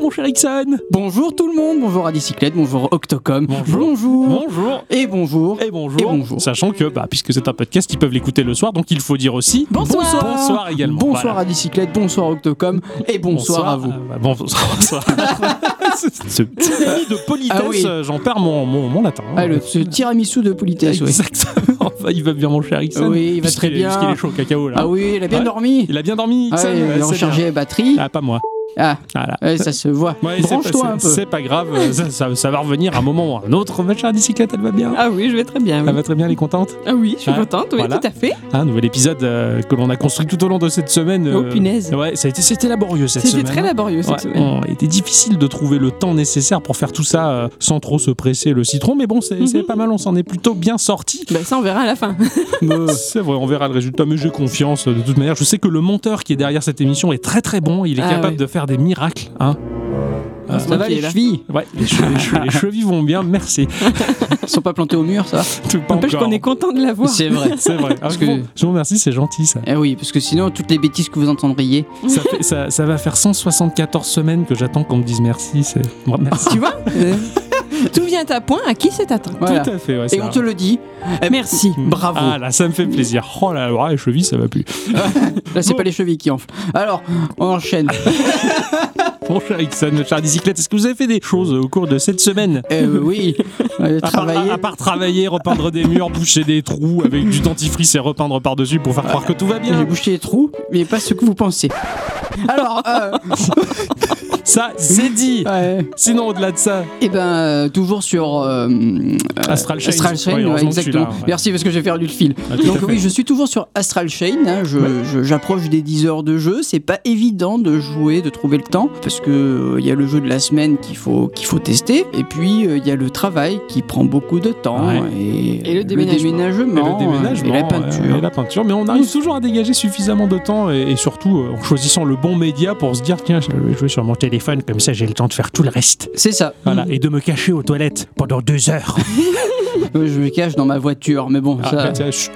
mon cher Ixon Bonjour tout le monde, bonjour à Dicyclette, bonjour Octocom, Bonjour. bonjour, Bonjour et bonjour. et bonjour. Et bonjour. Sachant que, bah, puisque c'est un podcast, ils peuvent l'écouter le soir, donc il faut dire aussi Bonsoir. Bonsoir également. Bonsoir Voilà. à Dicyclette, bonsoir Octocom, et bonsoir, à vous. euh, bah, bonsoir. bonsoir. Ce- Ce tsunami de politesse, Ah oui. euh, j'en perds mon, mon, mon latin. hein. Ah, le, ce tiramisu de politesse, oui. Exactement. Enfin, il va bien, mon cher Ixon. Oui, il va très bien. Puisqu'il est chaud, cacao, là. Ah oui, il a bien Ouais. dormi. Il a bien dormi, Ah, Ixon. il Ouais, a c'est rechargé bien. la batterie. Ah, pas moi. Ah, Voilà. ouais, ça se voit. Ouais, c'est pas- Branche-toi un c'est- peu. C'est pas grave, euh, ça, ça- ça va revenir à un moment ou à un autre. Ma chère bicyclette, elle va bien. Ah oui, je vais très bien. Elle Oui, va très bien, elle est contente. ah oui je suis Ah, contente, oui, voilà. tout à fait. Un nouvel épisode euh, que l'on a construit tout au long de cette semaine. euh, Oh, punaise. Ouais, ça a été- c'était laborieux cette C'était semaine. hein. très laborieux cette Ouais, semaine. on- il était difficile de trouver le temps nécessaire pour faire tout ça euh, sans trop se presser le citron, mais bon, c'est c'est Mhm. pas mal, on s'en est plutôt bien sorti. Ben, Bah ça, on verra à la fin. euh, c'est vrai, on verra le résultat, mais j'ai confiance de toute manière. Je sais que le monteur qui est derrière cette émission est très très bon, il est Ah capable ouais. Ah, de faire des miracles. Hein. Euh, Ça va, les chevilles Ouais, les, che- les che- les chevilles vont bien, merci. Elles sont pas plantées au mur, ça Tout- pas N'empêche encore. qu'on est content de la voir. C'est vrai. C'est vrai. Ah, Parce bon, que- Je vous remercie, c'est gentil ça. Eh oui, parce que sinon, toutes les bêtises que vous entendriez. Ça, fait- ça- ça va faire 174 semaines que j'attends qu'on me dise merci. c'est- Merci. Tu vois Euh, Tout vient à point, à qui c'est à temps Voilà. Tout à fait, ouais, Et c'est on vrai. te le dit. Eh, Merci. Bravo. Ah là, ça me fait plaisir. Oh là là, les chevilles, ça va plus. Là, c'est Bon. pas les chevilles qui enflent. Alors, on enchaîne. Mon cher Ixon, mon cher bicyclette, est-ce que vous avez fait des choses au cours de cette semaine Eh oui, euh, à part, travailler. à- à part travailler, repeindre des murs, boucher des trous avec du dentifrice et repeindre par-dessus pour faire croire que tout va J'ai ah, bien. bouché les trous, mais pas ce que vous pensez. Alors, euh, Ça, c'est dit. Sinon, au-delà de ça, et ben, euh, toujours sur euh, euh, Astral Chain. Astral Chain, Ouais, ouais, heureusement que exactement. tu l'as, ouais. Merci parce que j'ai perdu le fil. Ah, tout à Donc fait. oui, je suis toujours sur Astral Chain. hein, je- Ouais. je- J'approche des 10 heures de jeu. C'est pas évident de jouer, de trouver le temps, parce que euh, il y a le jeu de la semaine qu'il faut qu'il faut tester, et puis euh, il y a le travail qui prend beaucoup de temps Ouais. et, euh, Et le déménagement. Et déménagement, le déménagement, euh, et la euh, peinture. et la peinture. Mais on arrive toujours à dégager suffisamment de temps et, et surtout euh, en choisissant le bon média pour se dire tiens, je vais jouer sur mon téléphone, comme ça j'ai le temps de faire tout le reste. C'est ça. Voilà, et de me cacher aux toilettes pendant deux heures. Euh, Je me cache dans ma voiture, mais bon, Ah, ça. tiens, chut.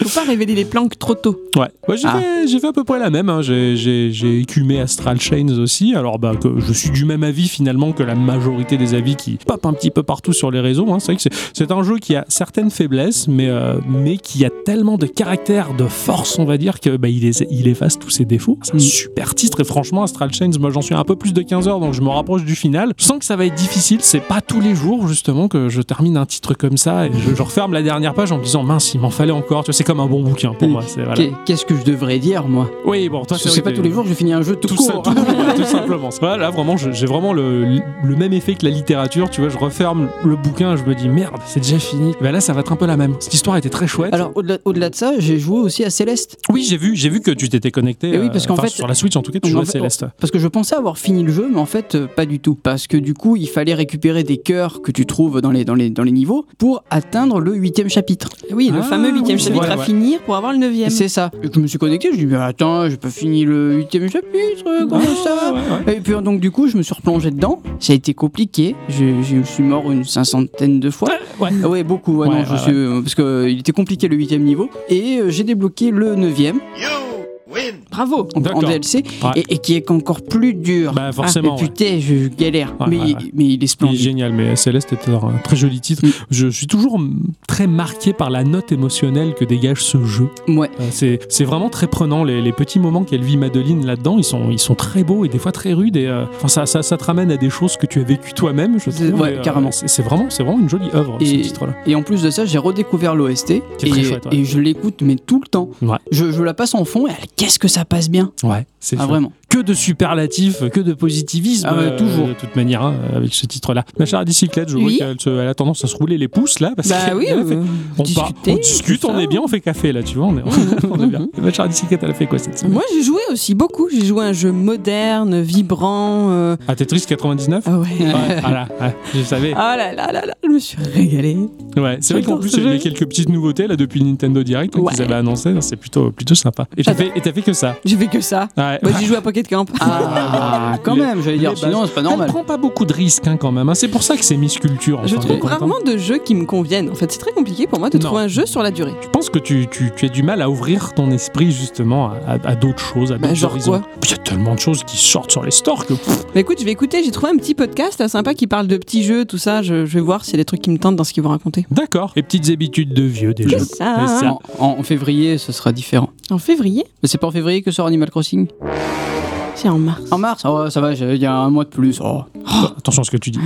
Faut pas révéler les planques trop tôt. Ouais, Ouais, j'ai, Ah. fait, j'ai fait à peu près la même. hein. J'ai, j'ai- j'ai écumé Astral Chains aussi. Alors, bah, que je suis du même avis finalement que la majorité des avis qui popent un petit peu partout sur les réseaux. hein. C'est vrai que c'est, c'est un jeu qui a certaines faiblesses, mais, euh, mais qui a tellement de caractère, de force, on va dire, que bah, il, est- il efface tous ses défauts. C'est un Mm. super titre et franchement, Astral Chains, moi j'en suis à un peu plus de 15 heures donc je me rapproche du final. Je sens que ça va être difficile. C'est pas tous les jours justement que je termine un titre comme ça et je, je referme la dernière page en me disant mince, il m'en fallait encore. Tu vois, c'est comme un bon bouquin pour Mm. moi. C'est, voilà. Qu'est- Qu'est-ce que je devrais dire, moi Oui, bon, toi, Parce que vrai c'est pas que tous les jours que je finis un jeu tout, Tout, court. ça, tout, tout- tout simplement. Voilà, là, vraiment, je- j'ai vraiment le, le même effet que la littérature. Tu vois, je referme le bouquin, je me dis merde, c'est déjà fini. Ben là, ça va être un peu la même. Cette histoire était très chouette. Alors, au-delà au-delà de ça, j'ai joué aussi à Céleste. oui, j'ai vu, j'ai vu que tu t'étais connecté. euh, Eh oui, parce qu'en enfin, fait- sur la Switch, en tout cas, tu En jouais à fait- Céleste. Parce que je pensais avoir fini le jeu, mais en fait, euh, pas du tout. Parce que du coup, il fallait récupérer des cœurs que tu trouves dans les, dans les, dans les niveaux pour atteindre le huitième chapitre. Eh Oui, le Ah, fameux huitième oui, chapitre ouais, à ouais. finir pour avoir le neuvième. C'est ça. Et je me suis connecté, je me suis dit, mais attends, j'ai pas fini le huitième chapitre, euh, comment ça Ah, Ouais, ouais. Et puis donc du coup je me suis replongé dedans, ça a été compliqué, je, je suis mort une cinquantaine de fois. Ouais. Ah Ouais beaucoup, ouais, Ouais, non, ouais, je suis, euh, parce que euh, il était compliqué le huitième niveau et euh, j'ai débloqué le neuvième You win. Bravo. en, en D'accord. DLC Ouais. et, et qui est encore plus dur. Bah, forcément. Ah, Et ouais. putain, je, je galère. Ouais, mais, ouais, ouais. mais il est Il est splendide. génial, mais Céleste est un très joli titre. Mm. Je suis toujours mm, très marqué par la note émotionnelle que dégage ce jeu. Ouais. Euh, C'est c'est vraiment très prenant. Les, les petits moments qu'elle vit Madeline là-dedans, ils sont, ils sont très beaux et des fois très rudes. Et euh, enfin, ça, ça, ça te ramène à des choses que tu as vécues toi-même, je C'est- trouve. ouais, Et, euh, carrément. C'est c'est vraiment, c'est vraiment une jolie œuvre, hein, ce Et- titre-là. Et en plus de ça, j'ai redécouvert l'OST et, Qui est très chouette, ouais. et je l'écoute mais tout le temps. Ouais. Je, je la passe en fond et elle- qu'est-ce que ça passe bien. Ouais, c'est Ah chouette. vraiment. Que de superlatifs, que de positivisme. Ah ouais, euh, toujours. de toute manière, hein, avec ce titre-là. Ma chère bicyclette, je Oui. vois qu'elle se- elle a tendance à se rouler les pouces là. Parce Bah qu'elle- oui, elle a fait- euh, on, part- discuter, on discute, tout on ça. est bien, on fait café là, tu vois. On est, on est bien. Ma chère bicyclette, elle a fait quoi cette semaine moi j'ai joué aussi beaucoup. J'ai joué à un jeu moderne, vibrant. euh, Ah, Tetris 99 Ah ouais. Ouais, voilà, ouais, je savais. Ah là là là là, je me suis régalée. Ouais, c'est vrai qu'en J'adore plus, ce il y a jeu. quelques petites nouveautés là depuis le Nintendo Direct hein, Ouais. qu'ils avaient annoncé, donc c'est plutôt, plutôt sympa. Et t'as fait, et t'as fait que ça. J'ai fait que ça. Ouais. Bah, j'ai joué à Pocket de camp. Ah, quand Les- même, j'allais dire, les bases. sinon c'est pas Elle normal. prend pas beaucoup de risques hein, quand même. hein. C'est pour ça que c'est Miss Culture. je enfin, trouve en même temps. rarement de jeux qui me conviennent. En fait, c'est très compliqué pour moi de Non. trouver un jeu sur la durée. Je pense que tu, tu, tu as du mal à ouvrir ton esprit justement à, à- à d'autres choses, à Bah, d'autres genre horizons. quoi Il y a tellement de choses qui sortent sur les stores que pff, Bah écoute, je vais écouter, j'ai trouvé un petit podcast là, sympa qui parle de petits jeux, tout ça. Je, je vais voir s'il y a des trucs qui me tentent dans ce qu'ils vont raconter. d'accord. Les petites habitudes de vieux déjà. C'est ça. hein. C'est ça. En, en- en février, ce sera différent. En février Mais c'est pas en février que sort Animal Crossing C'est en mars. En mars Oh, ça va, j'ai- il y a un mois de plus. oh. Attention à ce que tu dis.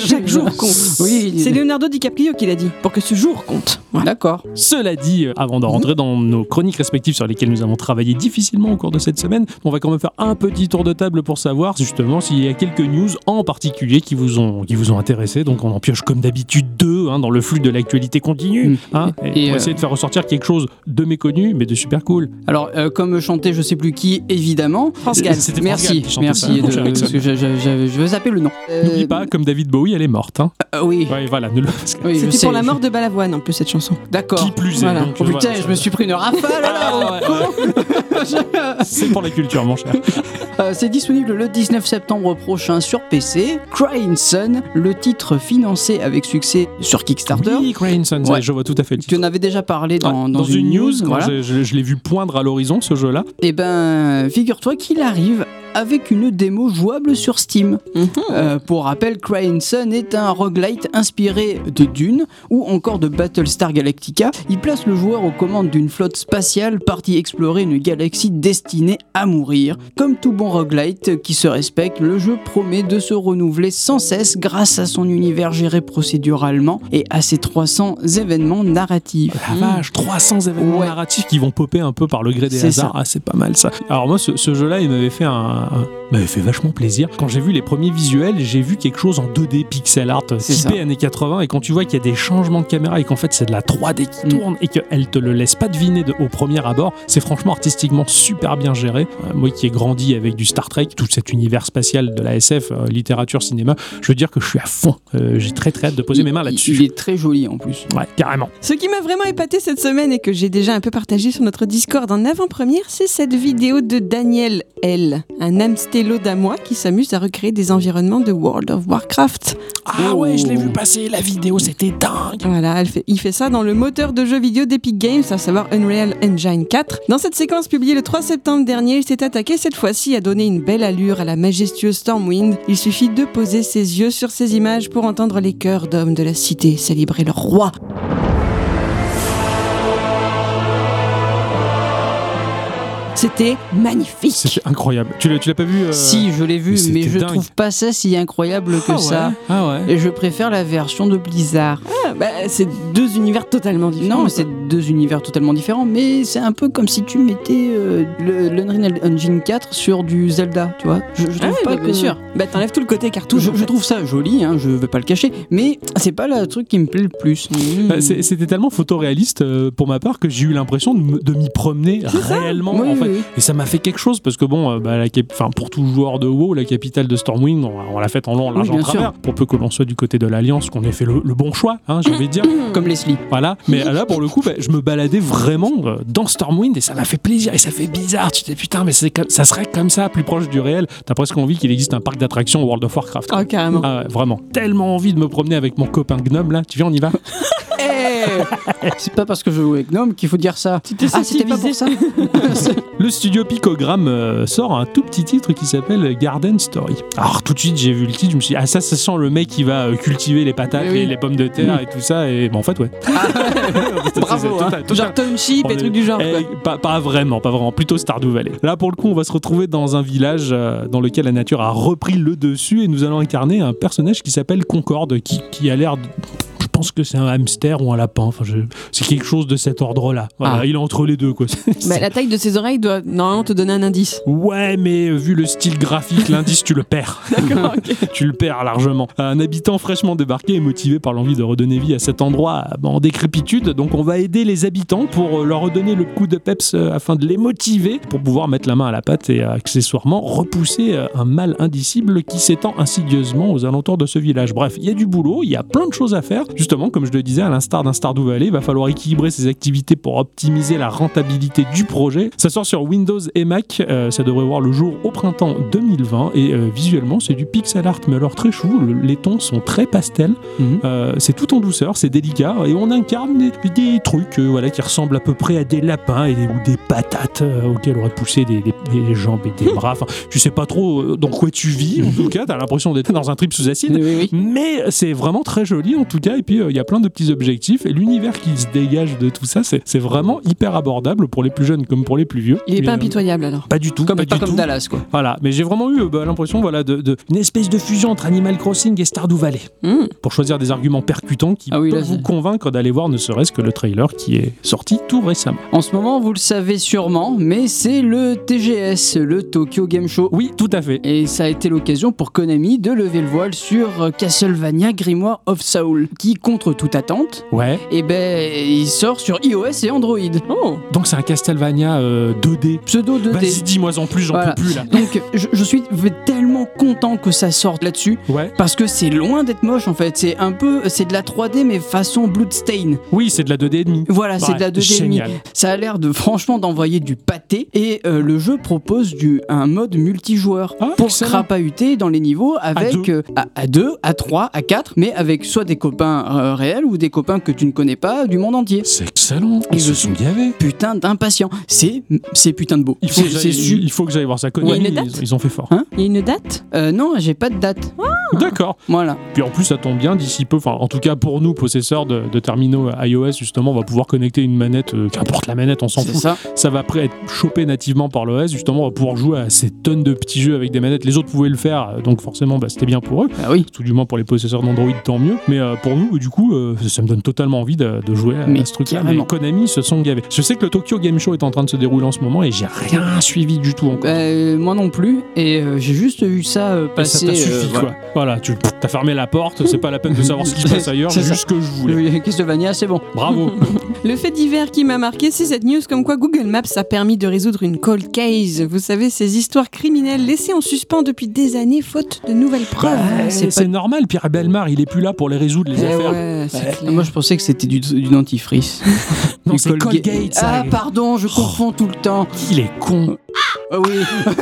Chaque jour compte. Oui, C'est Leonardo DiCaprio qui l'a dit, pour que ce jour compte. Voilà. D'accord. Cela dit, euh, avant de rentrer dans nos chroniques respectives sur lesquelles nous avons travaillé difficilement au cours de cette semaine, on va quand même faire un petit tour de table pour savoir justement s'il y a quelques news en particulier qui vous ont, qui vous ont intéressé. Donc on en pioche comme d'habitude deux hein, dans le flux de l'actualité continue. hein, et Et, pour euh, essayer de faire ressortir quelque chose de méconnu mais de super cool. Alors, euh, comme chanter je sais plus qui, évidemment. France Gall. Gall. C'était France Gall Merci, qui chantait ça, merci. mon de- cher Alex. parce que je, je- je- je veux zapper le nom. Euh, N'oublie pas, comme David Bowie, elle est morte. hein. euh, oui. Ouais, voilà, ne le... Oui, je C'était sais, pour la je- mort de Balavoine en plus cette chanson. D'accord. Qui plus est, Voilà. donc, Oh voilà, putain, ça- je me suis pris une rafale là Ah, ouais, ouais. C'est pour la culture, mon cher. Euh, C'est disponible le 19 septembre prochain sur PC. Crying Sun, le titre financé avec succès sur Kickstarter. Oui, Crying Sun, Ouais. je vois tout à fait le titre. Tu en avais déjà parlé dans, Ouais, une, news, quand voilà. je, je- je l'ai vu poindre à l'horizon ce jeu-là. Eh ben, figure-toi qu'il arrive avec une démo jouable sur Steam. Mhm. Euh, pour rappel, Crying Sun est un roguelite inspiré de Dune ou encore de Battlestar Galactica. Il place le joueur aux commandes d'une flotte spatiale partie explorer une galaxie destinée à mourir. Comme tout bon roguelite qui se respecte, le jeu promet de se renouveler sans cesse grâce à son univers géré procéduralement et à ses 300 événements narratifs. Mmh. La vache, 300 événements Mm. Ouais. narratifs qui vont popper un peu par le gré des C'est hasards. ça. Ah, c'est pas mal ça. Alors moi, ce, ce jeu-là, il m'avait fait un, un- m'avait fait vachement plaisir. Quand j'ai vu les premiers visuels, j'ai vu quelque chose en 2D pixel art euh, typé C'est ça. années 80. Et quand tu vois qu'il y a des changements de caméra et qu'en fait c'est de la 3D qui Mm. tourne et qu'elle te le laisse pas deviner de- au premier abord, c'est franchement artistiquement super bien géré. Euh, moi qui ai grandi avec du Star Trek, tout cet univers spatial de la SF, euh, littérature, cinéma, je veux dire que je suis à fond. Euh, j'ai très très hâte de poser mes mains Il- là-dessus. Il est très joli en plus. Ouais, carrément. Ce qui m'a vraiment épaté cette semaine et que j'ai déjà un peu partagé sur notre Discord en avant-première, c'est cette vidéo de Daniel L, un amstello damois qui s'amuse à recréer des environnements de World of Warcraft. Ah ouais, je l'ai vu passer, la vidéo, c'était dingue. Voilà, elle fait- il fait ça dans le moteur de jeux vidéo d'Epic Games, à savoir Unreal Engine 4. Dans cette séquence publiée le 3 septembre dernier, il s'est attaqué cette fois-ci à donner une belle allure à la majestueuse Stormwind. Il suffit de poser ses yeux sur ces images pour entendre les chœurs d'hommes de la cité célébrer leur roi. C'était magnifique. C'était incroyable. Tu l'as, tu l'as pas vu euh, Si, je l'ai mais vu, mais c'était je dingue. trouve pas ça si incroyable ah que ouais, ça. Ah ouais. Et je préfère la version de Blizzard. Ah, bah, c'est deux univers totalement différents. Non, mais c'est deux univers totalement différents, mais c'est un peu comme si tu mettais euh, le, l'Unreal Engine 4 sur du Zelda, tu vois. Je, je Ah trouve ouais, pas bah, que... bien sûr. Bah t'enlèves tout le côté cartouche. Je, en je fait. trouve ça joli, hein, je vais pas le cacher, mais c'est pas le truc qui me plaît le plus. Hmm. Bah, c'est- C'était tellement photoréaliste euh, pour ma part que j'ai eu l'impression de me- de m'y promener réellement. Oui, en oui, fait. oui. Et ça m'a fait quelque chose parce que bon, euh, bah, la cap- enfin, pour tout joueur de WoW, la capitale de Stormwind, on, on l'a faite en long, en large, Oui, en bien travers. Pour peu que l'on soit du côté de l'Alliance, qu'on ait fait le, le bon choix, hein, j'ai envie de dire. Comme Leslie. Voilà, mais là pour le coup, bah, je me baladais vraiment euh, dans Stormwind et ça m'a fait plaisir et ça fait bizarre. Tu te dis putain, mais c'est comme- ça serait comme ça, plus proche du réel. T'as presque envie qu'il existe un parc d'attractions au World of Warcraft. Ah, carrément. Ah ouais, vraiment, tellement envie de me promener avec mon copain gnome là. Tu viens, on y va c'est pas parce que je joue avec Gnome qu'il faut dire ça. Ah, c'était pas pour ça Le studio Picogram euh, sort un tout petit titre qui s'appelle Garden Story. Alors tout de suite j'ai vu le titre, je me suis dit, ah ça ça sent le mec qui va euh, cultiver les patates Eh oui. Ah. et les pommes de terre et tout ça, et bah, en fait ouais. Bravo, hein. Total, total. Genre Tom Sheep On et est- trucs du genre. Eh, quoi. pas, pas vraiment, pas vraiment. Plutôt Stardew Valley. Là, pour le coup, on va se retrouver dans un village euh, dans lequel la nature a repris le dessus et nous allons incarner un personnage qui s'appelle Concorde, qui, qui a l'air de- Je pense que c'est un hamster ou un lapin. Enfin, je- C'est quelque chose de cet ordre-là. Voilà, Ah. Il est entre les deux, quoi. C'est- Bah, la taille de ses oreilles doit normalement te donner un indice. Ouais, mais euh, vu le style graphique, l'indice, tu le perds. D'accord, ok. tu le perds largement. Un habitant fraîchement débarqué et motivé par l'envie de redonner vie à cet endroit euh, en décrépitude, donc on va aider les habitants pour euh, leur redonner le coup de peps euh, afin de les motiver pour pouvoir mettre la main à la pâte et euh, accessoirement repousser euh, un mal indicible qui s'étend insidieusement aux alentours de ce village. Bref, il y a du boulot, il y a plein de choses à faire. justement, comme je le disais, à l'instar d'un Stardew Valley, il va falloir équilibrer ses activités pour optimiser la rentabilité du projet. Ça sort sur Windows et Mac, euh, ça devrait voir le jour au printemps 2020 et euh, visuellement c'est du pixel art, mais alors très chou, le- les tons sont très pastels, Mhm. Euh, c'est tout en douceur, c'est délicat et on incarne des, des trucs euh, voilà, qui ressemblent à peu près à des lapins et des- ou des patates euh, auxquelles auraient poussé des, des- des jambes et des bras. Enfin, tu sais pas trop euh, dans quoi tu vis, en tout cas, t'as l'impression d'être dans un trip sous acide. Oui, oui. Mais c'est vraiment très joli en tout cas, et puis euh, il y a plein de petits objectifs, et l'univers qui se dégage de tout ça, c'est c'est vraiment hyper abordable pour les plus jeunes comme pour les plus vieux. Il est Et, pas euh, impitoyable alors. Pas du tout, Comme, pas, pas du comme tout. Dallas, quoi. Voilà, mais j'ai vraiment eu euh, bah, l'impression voilà, d'une de, une espèce de fusion entre Animal Crossing et Stardew Valley, Hmm. pour choisir des arguments percutants qui Ah oui, peuvent là, vous c'est- convaincre d'aller voir ne serait-ce que le trailer qui est sorti tout récemment. En ce moment, vous le savez sûrement, mais c'est le TGS, le Tokyo Game Show. Oui, tout à fait. Et ça a été l'occasion pour Konami de lever le voile sur euh, Castlevania Grimoire of Saul, qui, contre toute attente, Ouais, eh ben, il sort sur iOS et Android. Oh, donc c'est un Castlevania euh, 2D. Pseudo 2D. Vas-y, dis-moi en plus, j'en Voilà. peux plus là. Donc, je, je suis tellement content que ça sorte là-dessus, Ouais. parce que c'est loin d'être moche en fait. C'est un peu, c'est de la 3D, mais façon Bloodstain. Oui, c'est de la 2D et demi. Voilà, c'est de la Ouais, 2D. et demi. Génial. Ça a l'air de franchement d'envoyer du pâté et euh, le jeu propose du, un mode multijoueur Ah, pour excellent. crapahuter dans les niveaux avec deux. euh, à- à 2, à 3, à 4, mais avec soit des copains euh, réels ou des copains que tu ne connais pas du monde entier. C'est excellent. Ils Et se je- sont gavés. Putain d'impatient, c'est c'est putain de beau. Il faut, C'est que c'est j'aille, su. il faut que j'aille voir ça. Il Konami, y a une ils, ils ont fait fort. Hein il y a une date Euh, non, j'ai pas de date. D'accord. Voilà. Puis en plus, ça tombe bien d'ici peu. Enfin, en tout cas, pour nous, possesseurs de, de terminaux iOS, justement, on va pouvoir connecter une manette, euh, qu'importe la manette, on s'en C'est fout. ça. Ça va après être chopé nativement par l'OS. Justement, on va pouvoir jouer à ces tonnes de petits jeux avec des manettes. Les autres pouvaient le faire, euh, donc forcément, bah, c'était bien pour eux. Bah oui. Tout du moins pour les possesseurs d'Android, tant mieux. Mais euh, pour nous, du coup, euh, ça me donne totalement envie de, de jouer à, Mais à ce truc-là. Mais carrément. Konami se sont gavés. Je sais que le Tokyo Game Show est en train de se dérouler en ce moment et j'ai rien suivi du tout encore. Euh, moi non plus. Et euh, j'ai juste vu ça euh, Et Bah, ça passer. t'a suffi, euh, quoi. voilà. Voilà, tu as fermé la porte, c'est pas la peine de savoir ce qui se passe ailleurs, C'est c'est ça. juste ce que je voulais. Le Castlevania, c'est bon. Bravo. Le fait divers qui m'a marqué, c'est cette news comme quoi Google Maps a permis de résoudre une cold case. Vous savez, ces histoires criminelles laissées en suspens depuis des années faute de nouvelles preuves. Ouais, Bah, c'est c'est normal, Pierre Belmar, il est plus là pour les résoudre, les Eh affaires. ouais, c'est clair. Moi, je pensais que c'était du, du dentifrice. Non, Du c'est Colga- Colgate, ça. Ah, pardon, je confonds tout le temps. Il est con. Ah oui.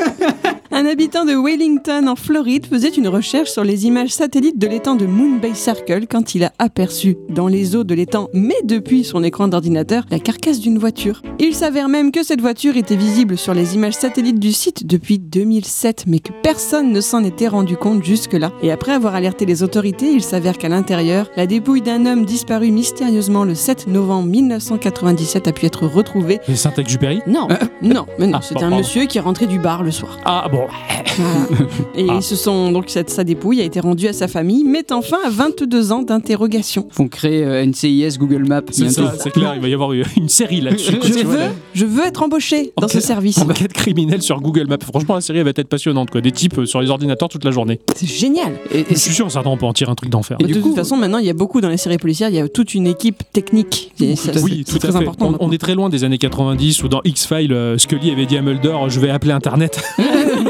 Un habitant de Wellington en Floride faisait une recherche sur les images satellites de l'étang de Moon Bay Circle quand il a aperçu dans les eaux de l'étang, mais depuis son écran d'ordinateur, la carcasse d'une voiture. Il s'avère même que cette voiture était visible sur les images satellites du site depuis 2007, mais que personne ne s'en était rendu compte jusque-là. Et après avoir alerté les autorités, il s'avère qu'à l'intérieur, la dépouille d'un homme disparu mystérieusement le 7 novembre 1997 a pu être retrouvée. Et Saint-Exupéry Non, non, mais non, Euh. Ah, c'était bon, un pardon. monsieur qui est rentré du bar le soir. Ah bon, Voilà. Et Ah. ils se sont donc cette- sa dépouille a été rendue à sa famille, mettant fin à 22 ans d'interrogation. Font créer euh, NCIS Google Maps c'est bientôt. ça, c'est clair, il va y avoir une série là-dessus. Je Tu vois, veux- la- Je veux être embauché dans ce Enquête- service. Enquête criminelle sur Google Maps. Franchement, la série elle va être passionnante. Quoi. Des types euh, sur les ordinateurs toute la journée. C'est génial. Je Et, et suis c'est- sûr, certains, on peut en tirer un truc d'enfer. Et de du toute coup- façon, maintenant, il y a beaucoup dans les séries policières, il y a toute une équipe technique. Et ça, C'est Oui, tout c'est à très fait. important. on, on est très loin des années 90 où dans X-Files, euh, Scully avait dit à Mulder euh, Je vais appeler Internet.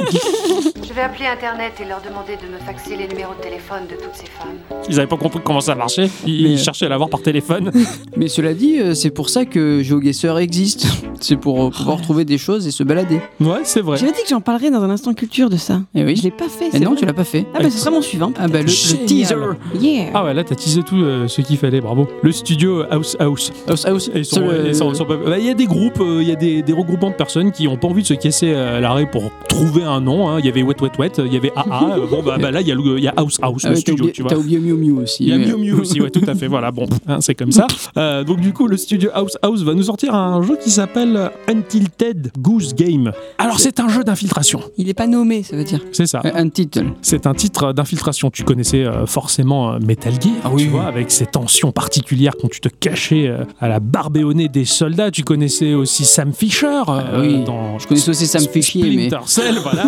Je vais appeler Internet et leur demander de me faxer les numéros de téléphone de toutes ces femmes. Ils n'avaient pas compris comment ça marchait. Ils, Mais- euh, ils cherchaient à l'avoir par téléphone. Mais cela dit, euh, c'est pour ça que GeoGuessr existe. C'est pour euh, pouvoir trouver des choses et se balader. ouais, c'est vrai. J'avais dit que j'en parlerai dans un instant culture de ça. Et Je oui. l'ai pas fait. Et c'est non, vrai. tu l'as pas fait. Ah bah ce sera mon suivant. Ah bah le, le Génial. teaser. Yeah. Ah ouais, là, t'as teasé tout euh, ce qu'il fallait, bravo. Le studio euh, House House. House, house. Et ils sont- Sur le- ils sont- ils sont pas- Bah, Il y a des groupes, euh, il y a des, des regroupements de personnes qui ont pas envie de se casser euh, à l'arrêt pour trouver un nom. hein. Il y avait Wet Wet Wet, il y avait AA. euh, bon, bah, bah, là, il y, a le- il y a House House, Ah le ouais, t'as studio, oublié, tu vois. t'as oublié Miu Miu aussi. Il y a mais- Miu Miu aussi, ouais, tout à fait, voilà, bon, hein, c'est comme ça. Euh, donc du coup, le studio House House va nous sortir un jeu qui s'appelle Untilted Goose Game. Alors c'est un jeu d'infiltration, Il est pas nommé, ça veut dire. c'est ça. Euh, Un titre. C'est un titre d'infiltration. Tu connaissais euh, forcément euh, Metal Gear, Ah oui, tu oui. vois, avec ces tensions particulières quand tu te cachais euh, à la barbe et au nez des soldats. Tu connaissais aussi Sam Fisher. euh, Ah oui. dans Je connaissais aussi Sam Sp- Fisher, mais. Splinter Cell, voilà.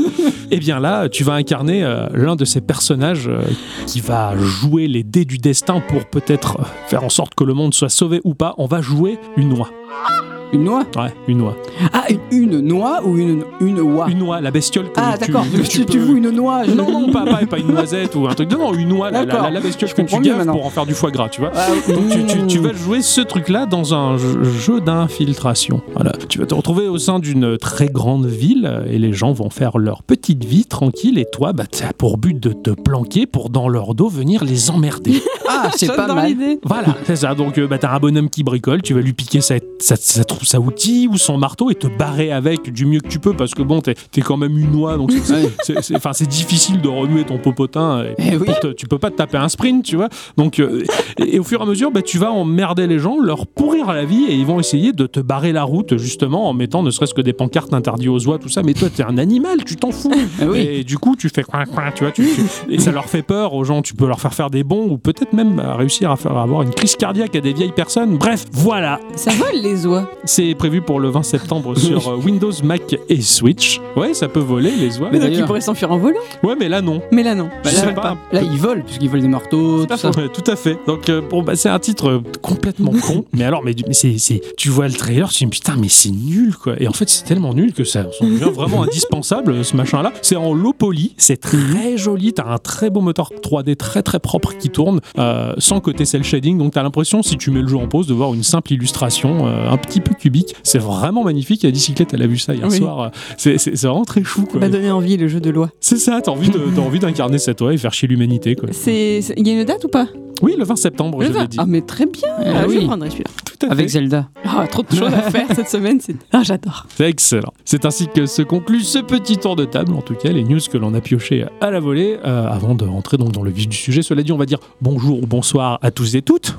et bien là, tu vas incarner euh, l'un de ces personnages euh, qui va jouer les dés du destin pour peut-être euh, faire en sorte que le monde soit sauvé ou pas. On va jouer une oie. Une noix Ouais, une oie. Ah, une, une noix ou une, une oie Une oie, la bestiole que Ah, tu, d'accord, que tu, tu, peux- vois une noix. je- Non, non, pas, pas, pas une noisette ou un truc. Non, non, une oie, la, la- D'accord. la bestiole Je que tu comprends mieux gaffes maintenant. pour en faire du foie gras, tu vois. Ah, Donc tu, tu- tu mm. vas jouer ce truc-là dans un jeu jeu d'infiltration. Voilà. Tu vas te retrouver au sein d'une très grande ville euh, et les gens vont faire leur petite vie tranquille et toi, bah, t'as pour but de te planquer pour dans leur dos venir les emmerder. Ah, c'est pas J'adore mal. l'idée. voilà, c'est ça. Donc euh, bah, t'as un bonhomme qui bricole, tu vas lui piquer sa, sa, sa trousse à outils ou son marteau et te barrer avec du mieux que tu peux parce que bon, t'es t'es quand même une oie, donc c'est- Ouais. c'est- c'est enfin, c'est difficile de remuer ton popotin. et Eh oui. pour te- tu peux pas te taper un sprint, tu vois. Donc, euh, et, et au fur et à mesure, bah, tu vas emmerder les gens, leur pourrir la vie, et ils vont essayer de te barrer la route, justement, en mettant ne serait-ce que des pancartes interdites aux oies, tout ça. Mais toi, t'es un animal, tu t'en fous. Ah oui. Et du coup, tu fais coin, coin, tu vois, tu- tu- et ça leur fait peur aux gens. Tu peux leur faire faire des bons, ou peut-être même euh, réussir à faire avoir une crise cardiaque à des vieilles personnes. Bref, voilà. Ça vole les oies. C'est prévu pour le 20 septembre sur euh, Windows, Mac et Switch. Ouais, ça peut voler les oies. Mais donc ils d'ailleurs- pourraient s'enfuir en volant. Ouais, mais là non. Mais là non. Bah, Je là, sais pas. Là, ils volent, parce qu'ils volent des marteaux, tout ça. Ouais, tout à fait. Donc euh, bon, bah, c'est un titre euh, complètement con. mais alors, mais, du- mais c'est, c'est- tu vois le trailer, tu te dis putain, mais c'est nul quoi. Et en fait, c'est tellement nul que ça ça devient vraiment indispensable euh, ce machin-là. C'est en low poly, c'est très Mhm. joli. T'as un très beau moteur 3D très très propre qui tourne, euh, sans côté cel shading. Donc t'as l'impression, si tu mets le jeu en pause, de voir une simple illustration euh, un petit peu cubique. C'est vraiment magnifique. La bicyclette, elle a vu ça hier Oui. soir. euh, C'est, c'est- c'est vraiment très chou Ça quoi. m'a donné envie le jeu de loi. C'est ça. T'as envie, de- t'as envie d'incarner cette oie et faire chier l'humanité quoi. C'est, c'est- il y a une date ou pas Oui, le 20 septembre, Le je l'ai 20. Oh, dit. Ah mais très bien. Ah Ah, Je oui. prendrai celui-là. Tout à Avec fait. Zelda. Ah, trop de choses à faire cette semaine. C'est... Ah j'adore. C'est excellent. C'est ainsi que se conclut ce petit tour de table, en tout cas les news que l'on a pioché à la volée, euh, avant de rentrer donc dans le vif du sujet. Cela dit, on va dire bonjour ou bonsoir à tous et toutes.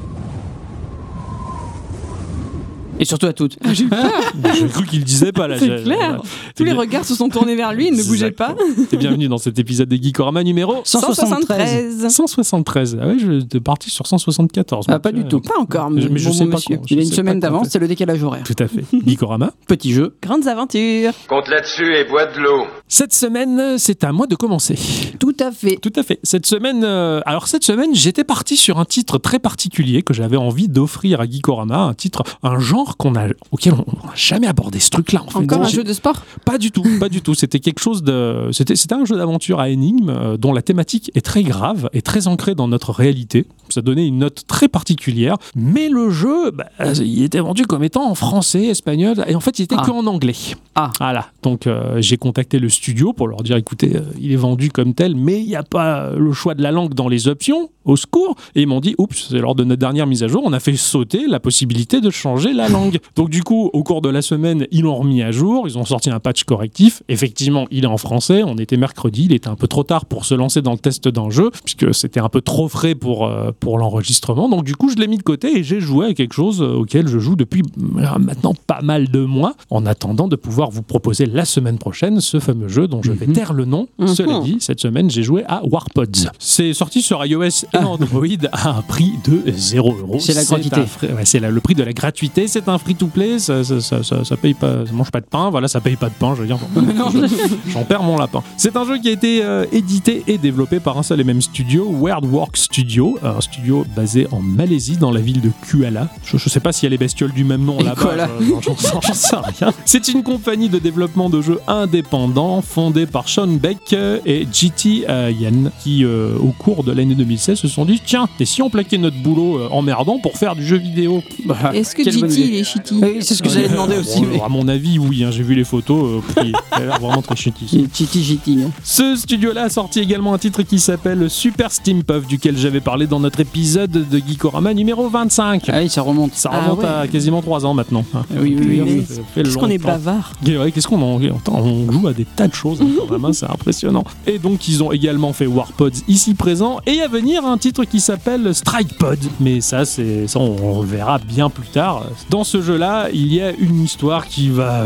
Et surtout à toutes. Ah, j'ai eu peur. J'ai cru qu'il disait pas là. C'est j'ai- clair. voilà. Tous les Bien- regards se sont tournés vers lui. Il ne bougeait pas. Et bienvenue dans cet épisode des Geekorama numéro 173. 173. Ah ouais, j'étais parti sur 174. Ah, moi, pas tu du vois. tout. Pas encore. Mais Mais... je- mais je Bon, sais bon pas monsieur. quoi, je Il a une sais semaine pas quoi d'avance, faire. c'est le décalage horaire. Tout à fait. Geekorama. Petit jeu. Grandes aventures. Compte là-dessus et bois de l'eau. Cette semaine, c'est à moi de commencer. Tout à fait. Tout à fait. Cette semaine, euh, alors cette semaine, j'étais parti sur un titre très particulier que j'avais envie d'offrir à Geekorama, un titre, un genre qu'on a, auquel on n'a jamais abordé ce truc-là. En fait. Encore un J'ai- jeu de sport. Pas du tout, pas du tout. C'était quelque chose de, c'était, c'était un jeu d'aventure à énigmes euh, dont la thématique est très grave et très ancrée dans notre réalité. Ça donnait une note très particulière, mais le jeu, bah, il était vendu comme étant en français, espagnol, et en fait, il était Ah. que en anglais. Ah. Voilà. Donc, euh, j'ai contacté le studio pour leur dire, écoutez, euh, il est vendu comme tel, mais il n'y a pas le choix de la langue dans les options. Au secours. Et ils m'ont dit, oups, c'est lors de notre dernière mise à jour, on a fait sauter la possibilité de changer la langue. Donc, du coup, au cours de la semaine, ils l'ont remis à jour. Ils ont sorti un patch correctif. Effectivement, il est en français. On était mercredi. Il était un peu trop tard pour se lancer dans le test d'un jeu, puisque c'était un peu trop frais pour, euh, pour l'enregistrement. Donc, du coup, je l'ai mis de côté et j'ai joué à quelque chose euh, auquel je joue depuis euh, maintenant pas mal de mois, en attendant de pouvoir vous proposer la semaine prochaine ce fameux jeu dont je vais Mhm. taire le nom. Mhm. Cela dit, cette semaine, j'ai joué à Warpods. C'est sorti sur iOS et Android à un prix de 0 euros. C'est la gratuité. un frais- ouais, c'est la- le prix de la gratuité. C'est un free-to-play. Ça, ça, ça- ça- ça paye pas, ça mange pas de pain. Voilà, ça paye pas de pain. Je veux dire, bon, je- j'en perds mon lapin. C'est un jeu qui a été euh, édité et développé par un seul et même studio, WordWorks Studio, un studio basé en Malaisie, dans la ville de Kuala. Je, je sais pas s'il y a les bestioles du même nom Et là-bas. Kuala. je- euh, j'en- j'en- j'en sais rien. C'est une compagnie de développement de jeux indépendants fondée par Sean Beck et GT euh, Yen qui, euh, au cours de l'année 2016, se sont dit tiens, et si on plaquait notre boulot euh, emmerdant pour faire du jeu vidéo Bah, Est-ce que quelle bonne GT idée. Euh, il est shitty Oui, c'est ce que Ouais. j'allais demander aussi. Bon, mais- À mon avis, oui. hein, J'ai vu les photos. euh, il a l'air vraiment très chutty. Il est Titi Giti. hein. Ce studio-là a sorti également un titre qui s'appelle Super Steam Puff, duquel j'avais parlé dans notre épisode de Geekorama numéro 25. Ah oui, ça remonte. Ça Ah remonte à ouais. quasiment 3 ans maintenant. hein. Oui, oui, oui. Ça fait Qu'est-ce qu'on est longtemps. bavard. Et ouais, Qu'est-ce qu'on en... Attends, on joue à des tas de choses, hein, quand même, hein, c'est impressionnant. Et donc, ils ont également fait Warpods ici présent, et à venir un titre qui s'appelle Strikepod. Mais ça, c'est ça, on verra bien plus tard. Dans ce jeu-là, il y a une histoire qui va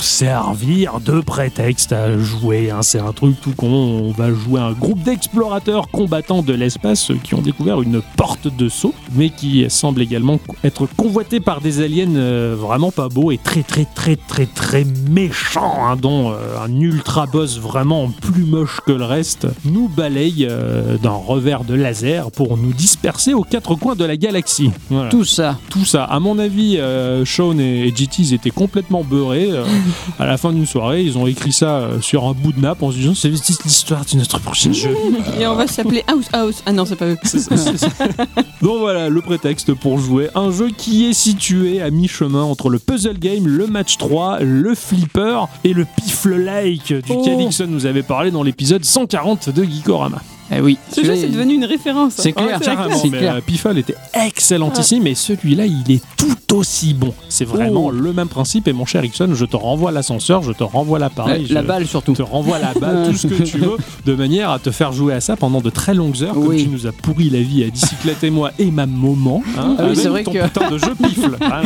servir de prétexte à jouer. hein. C'est un truc tout con. On va jouer un groupe d'explorateurs combattants de l'espace qui ont découvert une porte de saut, mais qui semble également être convoitée par des aliens euh, vraiment pas beaux et très très très très très méchants, hein, dont euh, un ultra boss vraiment plus moche que le reste nous balaye euh, d'un revers de laser pour nous disperser aux quatre coins de la galaxie. Voilà Tout ça. tout ça. À mon avis, euh, Sean et, et GT, ils étaient complètement beurrés. euh, à la fin d'une soirée, ils ont écrit ça euh, sur un bout de nappe en se disant c'est l'histoire de notre prochain jeu. Et on va s'appeler House House. Ah non, c'est pas eux. C'est ça, c'est ça. Donc voilà, le prétexte pour jouer un jeu qui est situé à mi-chemin entre le puzzle game, le match 3, le flipper et le pifle-like Oh. duquel Ixon nous avait parlé dans l'épisode 140 de Geekorama. Eh oui. Ce jeu, celui-là, c'est il- devenu une référence. C'est clair. Ah, Carrément. Carrément, C'est mais clair. euh, Piffle était excellentissime et celui-là, il est tout aussi bon. C'est vraiment Oh. le même principe. Et mon cher Ixon, je te renvoie l'ascenseur, je te renvoie l'appareil, la, la Ah, je balle surtout. te renvoie la balle, tout ce que tu veux, de manière à te faire jouer à ça pendant de très longues heures, comme Oui. tu nous as pourri la vie à bicyclette et moi et ma maman. hein, Ah oui, avec c'est vrai ton que- putain de jeu Piffle. Voilà.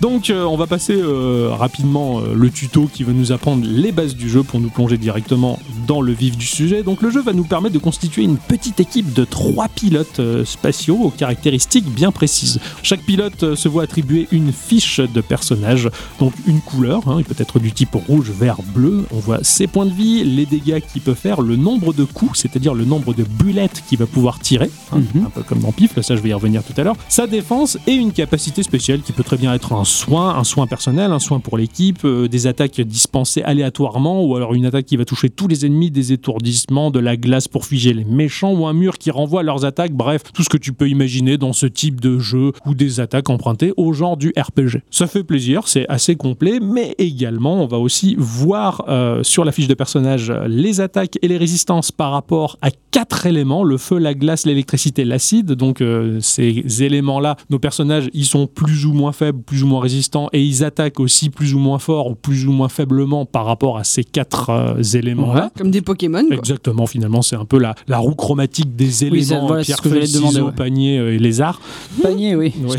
Donc, euh, on va passer euh, rapidement euh, le tuto qui va nous apprendre les bases du jeu pour nous plonger directement dans le vif du sujet. Donc, le jeu va nous permettre de constituer une petite équipe de trois pilotes euh, spatiaux aux caractéristiques bien précises. Chaque pilote euh, se voit attribuer une fiche de personnage, donc une couleur, hein, il peut être du type rouge, vert, bleu. On voit ses points de vie, les dégâts qu'il peut faire, le nombre de coups, c'est-à-dire le nombre de bullettes qu'il va pouvoir tirer, hein, Mhm. un peu comme dans Pif, là, ça je vais y revenir tout à l'heure, sa défense et une capacité spéciale qui peut très bien être un soin, un soin personnel, un soin pour l'équipe, euh, des attaques dispensées aléatoirement ou alors une attaque qui va toucher tous les ennemis, des étourdissements, de la glace pour figer les méchants ou un mur qui renvoie leurs attaques, bref, tout ce que tu peux imaginer dans ce type de jeu ou des attaques empruntées au genre du RPG. Ça fait plaisir, c'est assez complet, mais également on va aussi voir euh, sur la fiche de personnage euh, les attaques et les résistances par rapport à quatre éléments, le feu, la glace, l'électricité, l'acide. Donc euh, ces éléments-là, nos personnages, ils sont plus ou moins faibles, plus ou moins résistants, et ils attaquent aussi plus ou moins fort ou plus ou moins faiblement par rapport à ces quatre euh, éléments-là. Ouais. Comme des Pokémon. quoi. Exactement, finalement, c'est un peu la, la roue chromatique des éléments, ça- voilà, c'est pierre, ce que feuille, j'allais te demander, ciseaux, ouais. panier euh, et lézard. Panier, oui. Ouais.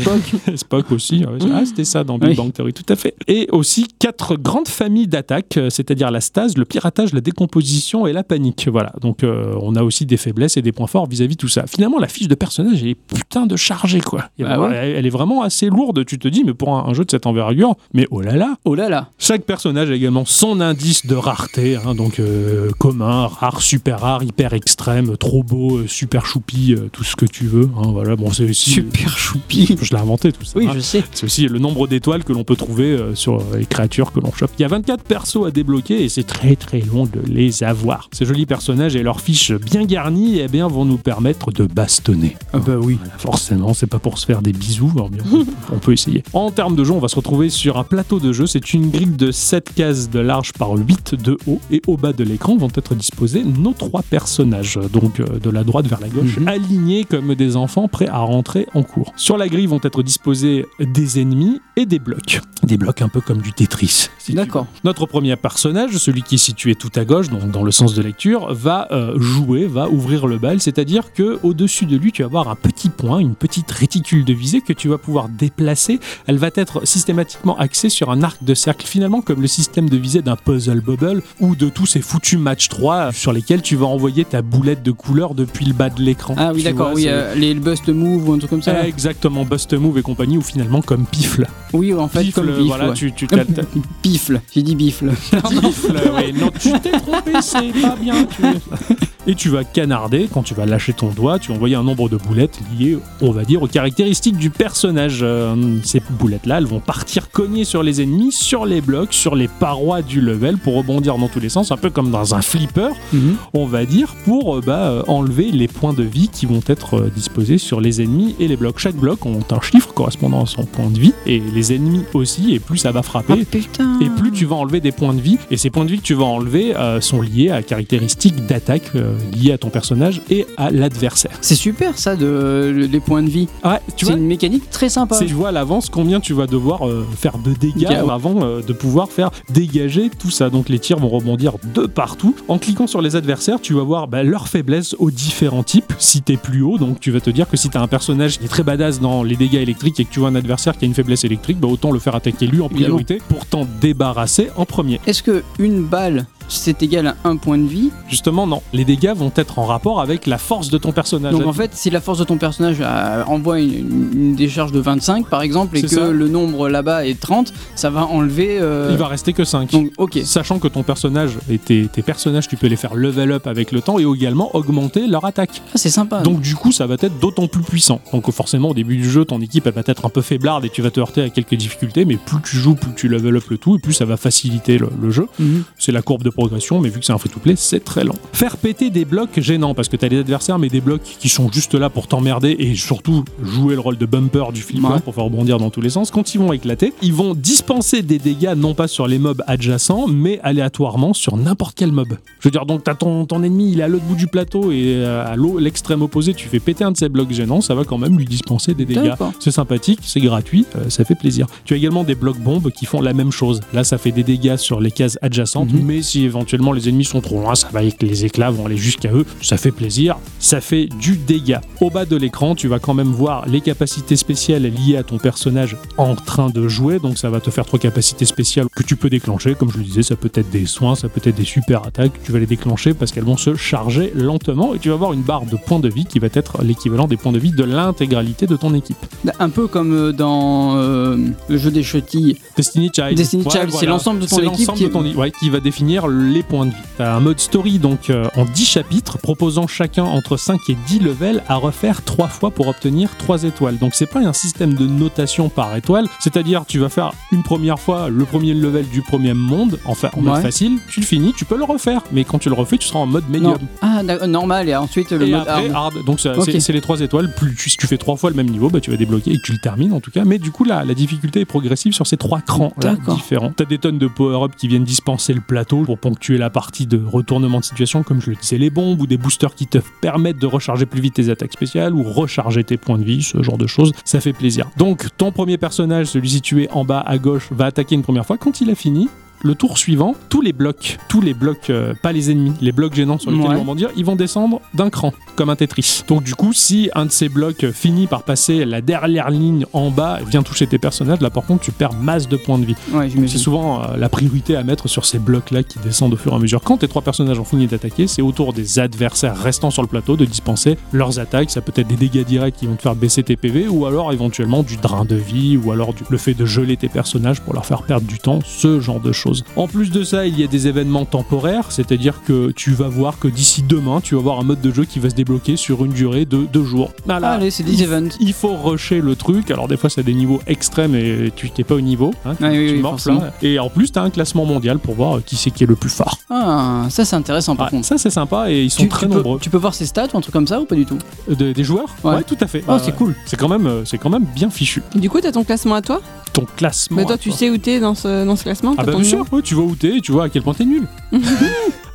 Spock. Spock aussi. ouais. Ah, c'était ça dans Big Oui. Bang Theory, tout à fait. Et aussi quatre grandes familles d'attaques, euh, c'est-à-dire la stase, le piratage, la décomposition et la panique. Voilà. Donc euh, on a aussi des faiblesses et des points forts vis-à-vis de tout ça. Finalement, la fiche de personnage elle est putain de chargée, quoi. Et Bah ben, ouais. elle, elle est vraiment assez lourde, tu te dis, mais pour un, un jeu de cette envergure, mais oh là là, Oh là là. chaque personnage a également son indice de rareté, hein, donc euh, commun, rare, super rare, hyper extrême, trop beau, euh, super choupi, euh, tout ce que tu veux. hein, voilà, bon, c'est aussi. Super choupi. Je l'ai inventé tout ça. Oui, hein. je sais. C'est aussi le nombre d'étoiles que l'on peut trouver euh, sur euh, les créatures que l'on chope. Il y a 24 persos à débloquer et c'est très très long de les avoir. Ces jolis personnages et leurs fiches bien garnies eh bien, vont nous permettre de bastonner. Ah bah oui. Voilà, forcément, c'est pas pour se faire des bisous, alors bien, on peut essayer. En termes de jeu, on va se retrouver sur un plateau de jeu. C'est une grille de 7 cases de large par 8 de haut. Et au bas de l'écran vont être disposés nos trois personnages, donc euh, de la droite vers la gauche, Mhm. alignés comme des enfants prêts à rentrer en cours. Sur la grille vont être disposés des ennemis et des blocs. Des blocs un peu comme du Tetris. si tu D'accord. notre premier personnage, celui qui est situé tout à gauche, donc dans le sens de lecture, va euh, jouer, va ouvrir le bal, c'est-à-dire que au-dessus de lui, tu vas avoir un petit point, une petite réticule de visée que tu vas pouvoir déplacer. Elle va être systématiquement axée sur un arc de cercle, finalement comme le système de visée d'un puzzle bubble ou de tous ces foutus match 3 sur lesquels tu vas envoyer ta boulette de couleur depuis le bas de l'écran. Ah oui, Tu d'accord. vois, Oui, c'est- euh, les le bust move ou un truc comme ça. là. Exactement, Bust Move et compagnie, ou finalement comme Pifle. Oui, en fait, Pifle, comme bifle. voilà, ouais. tu, tu t'as- t'as- Pifle. J'ai dit bifle. Gifle, ouais. non, tu t'es trompé, c'est pas bien. tu- Et tu vas canarder, quand tu vas lâcher ton doigt, tu vas envoyer un nombre de boulettes liées, on va dire, aux caractéristiques du personnage. Euh, ces boulettes-là, elles vont partir cogner sur les ennemis, sur les blocs, sur les parois du level pour rebondir dans tous les sens, un peu comme dans un flipper, Mhm. on va dire, pour euh, bah, euh, enlever les points de vie qui vont être euh, disposés sur les ennemis et les blocs. Chaque bloc ont un chiffre correspondant à son point de vie, et les ennemis aussi, et plus ça va Ah, frapper, putain. et plus tu vas enlever des points de vie. Et ces points de vie que tu vas enlever euh, sont liés à caractéristiques d'attaque euh, liées à ton personnage et à l'adversaire. Ah C'est super ça, de, le- les points de vie. Ouais, tu C'est vois, une mécanique très sympa. c'est- tu vois à l'avance combien tu vas devoir euh, faire de dégâts Dégâts, ouais. avant euh, de pouvoir faire dégager tout ça. Donc les tirs vont rebondir de partout. En cliquant sur les adversaires, tu vas voir bah, leurs faiblesses aux différents types. Si t'es plus haut, donc tu vas te dire que si t'as un personnage qui est très badass dans les dégâts électriques et que tu vois un adversaire qui a une faiblesse électrique, bah, autant le faire attaquer lui en Évidemment. priorité pour t'en débarrasser en premier. Est-ce que une balle, c'est égal à un point de vie Justement, non. Les dégâts vont être en rapport avec la force de ton personnage. Donc en fait, si la force de ton personnage euh, envoie une, une- une décharge de 25 par exemple et C'est que ça. le nombre là-bas est 30, ça va enlever. euh, Il va rester que 5. Donc ok. Sachant que ton personnage et tes, tes personnages, tu peux les faire level up avec le temps et également augmenter leur attaque. Ah, c'est sympa. Donc du coup, ça va être d'autant plus puissant. Donc forcément, au début du jeu, ton équipe elle va être un peu faiblarde et tu vas te heurter à quelques difficultés, mais plus tu joues, plus tu level up le tout et plus ça va faciliter le, le jeu. Mhm. C'est la courbe de progression, mais vu que c'est un free-to-play, c'est très lent. Faire péter des blocs gênants, parce que t'as les adversaires, mais des blocs qui sont juste là pour t'emmerder et surtout jouer le rôle de bumper du flipper Ouais. pour faire rebondir dans tous les sens. Quand ils vont éclater, ils vont dispenser des dégâts non pas sur les mobs adjacents, mais aléatoirement sur n'importe quel mob. Je veux dire, donc t'as ton, ton ennemi, il est à l'autre bout du plateau et euh, à l'au- l'extrême opposé, tu fais péter un de ces blocs gênants, ça va quand même lui dispenser des dégâts. D'accord. C'est sympathique, c'est gratuit, euh, ça fait plaisir. Tu as également des blocs bombes qui font la même chose. Là, ça fait des dégâts sur les cases adjacentes, Mhm. mais si éventuellement les ennemis sont trop loin, ça va avec les éclats vont aller jusqu'à eux. Ça fait plaisir, ça fait du dégât. Au bas de l'écran, tu vas quand même voir les capacités spéciales liées à ton personnage en train de jouer, donc ça va te faire trois capacités spéciales que tu peux déclencher. Comme je le disais, ça peut être des soins, ça peut être des super attaques. Tu vas les déclencher parce qu'elles vont se charger lentement et tu vas avoir une barre de points de vie qui va être l'équivalent des points de vie de l'intégralité de ton équipe. Un peu comme euh, dans euh, le jeu des chetilles. Destiny Child. Destiny Child, c'est l'ensemble de ton C'est équipe l'ensemble qui- de ton é- ouais, qui va définir les points de vie. T'as un mode story donc euh, en 10 chapitres proposant chacun entre 5 et 10 levels à refaire 3 fois pour obtenir 3 étoiles. Donc c'est pas un système de notation par étoile, c'est-à-dire tu vas faire une première fois le premier level du premier monde, enfin en mode Ouais. facile, tu le finis, tu peux le refaire, mais quand tu le refais, tu seras en mode Non. médium. Ah d'ac- normal et ensuite le Et mode après, hard. hard. Donc ça, Ok. c'est- c'est les trois étoiles. Plus tu, si tu fais trois fois le même niveau, bah, tu vas débloquer et tu le termines en tout cas. Mais du coup, là, la difficulté est progressive sur ces trois crans là, D'accord. différents. T'as des tonnes de power-up qui viennent dispenser le plateau pour ponctuer la partie de retournement de situation, comme je le disais, les bombes ou des boosters qui te permettent de recharger plus vite tes attaques spéciales ou recharger tes points de vie, ce genre de choses. Ça fait plaisir. Donc, ton premier personnage, celui situé en bas à gauche, va attaquer une première fois. Quand il a fini, le tour suivant, tous les blocs, tous les blocs, euh, pas les ennemis, les blocs gênants sur lesquels Ouais. ils vont rebondir, ils vont descendre d'un cran, comme un Tetris. Donc du coup, si un de ces blocs euh, finit par passer la dernière ligne en bas et vient toucher tes personnages, là par contre, tu perds masse de points de vie. Ouais, C'est j'imagine. souvent euh, la priorité à mettre sur ces blocs-là qui descendent au fur et à mesure. Quand tes trois personnages ont fini d'attaquer, c'est au tour des adversaires restants sur le plateau de dispenser leurs attaques. Ça peut être des dégâts directs qui vont te faire baisser tes PV, ou alors éventuellement du drain de vie, ou alors du- le fait de geler tes personnages pour leur faire perdre du temps, ce genre de choses. En plus de ça, il y a des événements temporaires, c'est-à-dire que tu vas voir que d'ici demain, tu vas avoir un mode de jeu qui va se débloquer sur une durée de deux jours. Voilà. Allez, c'est des events. Il faut rusher le truc. Alors des fois, c'est des niveaux extrêmes et tu t'es pas au niveau. hein, tu- Ah oui, tu oui, morfles, forcément. hein. Et en plus, t'as un classement mondial pour voir euh, qui c'est qui est le plus fort. Ah, ça c'est intéressant par Ouais, contre. ça, c'est sympa et ils sont Tu, très tu peux- nombreux. tu peux voir ses stats ou un truc comme ça ou pas du tout Euh, Des, des joueurs Ouais. tout à fait. Oh, c'est cool. C'est quand même, euh, c'est quand même bien fichu. Du coup, t'as ton classement à toi Ton classement. Mais toi, à tu sais où t'es dans ce, dans ce classement Ah T'as bah ton bien numéro sûr, ouais, tu vois où t'es et tu vois à quel point t'es nul.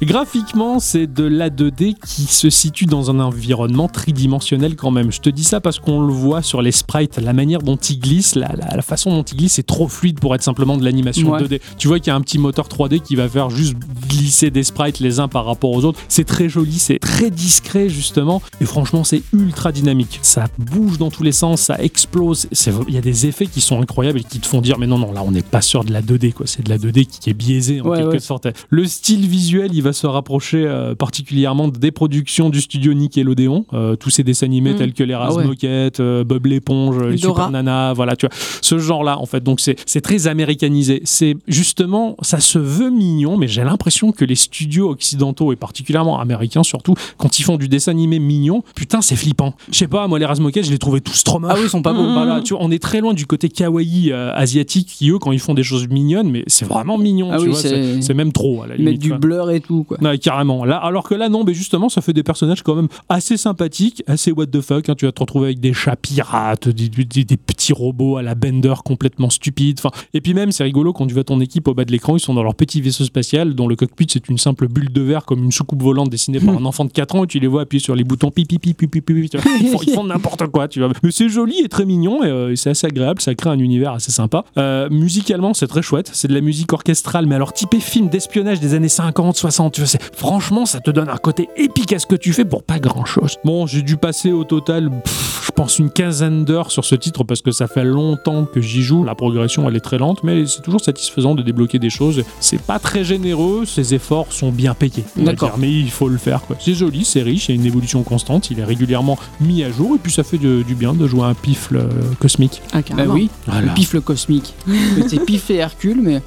Graphiquement, c'est de l'A2D qui se situe dans un environnement tridimensionnel quand même. Je te dis ça parce qu'on le voit sur les sprites, la manière dont ils glissent, la, la- la façon dont ils glissent est trop fluide pour être simplement de l'animation Ouais. 2D. Tu vois qu'il y a un petit moteur 3D qui va faire juste glisser des sprites les uns par rapport aux autres. C'est très joli, c'est très discret justement. Et franchement, c'est ultra dynamique. Ça bouge dans tous les sens, ça explose. C'est vrai, Il y a des effets qui sont incroyables et qui te font dire mais non, non, là on n'est pas sûr de la 2D quoi. C'est de la 2D qui est biaisée en Ouais, quelque ouais. sorte. Le style visuel, il va se rapprocher euh, particulièrement des productions du studio Nickelodeon. Euh, tous ces dessins animés Mm. tels que les Raz Ah ouais. Moquette, euh, Bob l'éponge, euh, les Dora. Super Nana, voilà, tu vois, ce genre-là en fait. Donc c'est c'est très américanisé. C'est justement, ça se veut mignon, mais j'ai l'impression que les studios occidentaux et particulièrement américains surtout, quand ils font du dessin animé mignon, putain, c'est flippant. Je sais pas, moi les Raz Moquette, je les trouvais tous trop moches. Ah oui, ils sont pas beaux. Mhm. Voilà, bah tu vois, on est très loin du côté kawaii euh, asiatique qui eux quand ils font des choses mignonnes mais c'est vraiment mignon Ah tu oui, vois, c'est c'est- c'est même trop à la Ils limite mettent du quoi. blur et tout nous, quoi. Ouais, carrément. Là, alors que là, non, mais justement, ça fait des personnages quand même assez sympathiques, assez what the fuck. hein. Tu vas te retrouver avec des chats pirates, des, des- des petits robots à la Bender complètement stupides. Enfin, et puis même, c'est rigolo quand tu vois ton équipe au bas de l'écran, ils sont dans leur petit vaisseau spatial dont le cockpit c'est une simple bulle de verre comme une soucoupe volante dessinée par un enfant de 4 ans et tu les vois appuyer sur les boutons pipi pipi pipi pipi. tu vois. Ils font, ils font n'importe quoi, tu vois. Mais c'est joli et très mignon et, euh, et c'est assez agréable. Ça crée un univers assez sympa. Euh, musicalement, c'est très chouette. C'est de la musique orchestrale, mais alors typé film d'espionnage des années 50, 60. Tu vois, c'est- franchement, ça te donne un côté épique à ce que tu fais pour pas grand chose. Bon, j'ai dû passer au total, pff, je pense, une quinzaine d'heures sur ce titre parce que ça fait longtemps que j'y joue. La progression, elle est très lente, mais c'est toujours satisfaisant de débloquer des choses. C'est pas très généreux, ses efforts sont bien payés. on va D'accord. dire, Mais il faut le faire, quoi. C'est joli, c'est riche, il y a une évolution constante, il est régulièrement mis à jour, et puis ça fait de- du bien de jouer à un pifle euh, cosmique. Ah, Bah carrément. oui, Voilà. le pifle cosmique. c'est pif et Hercule, mais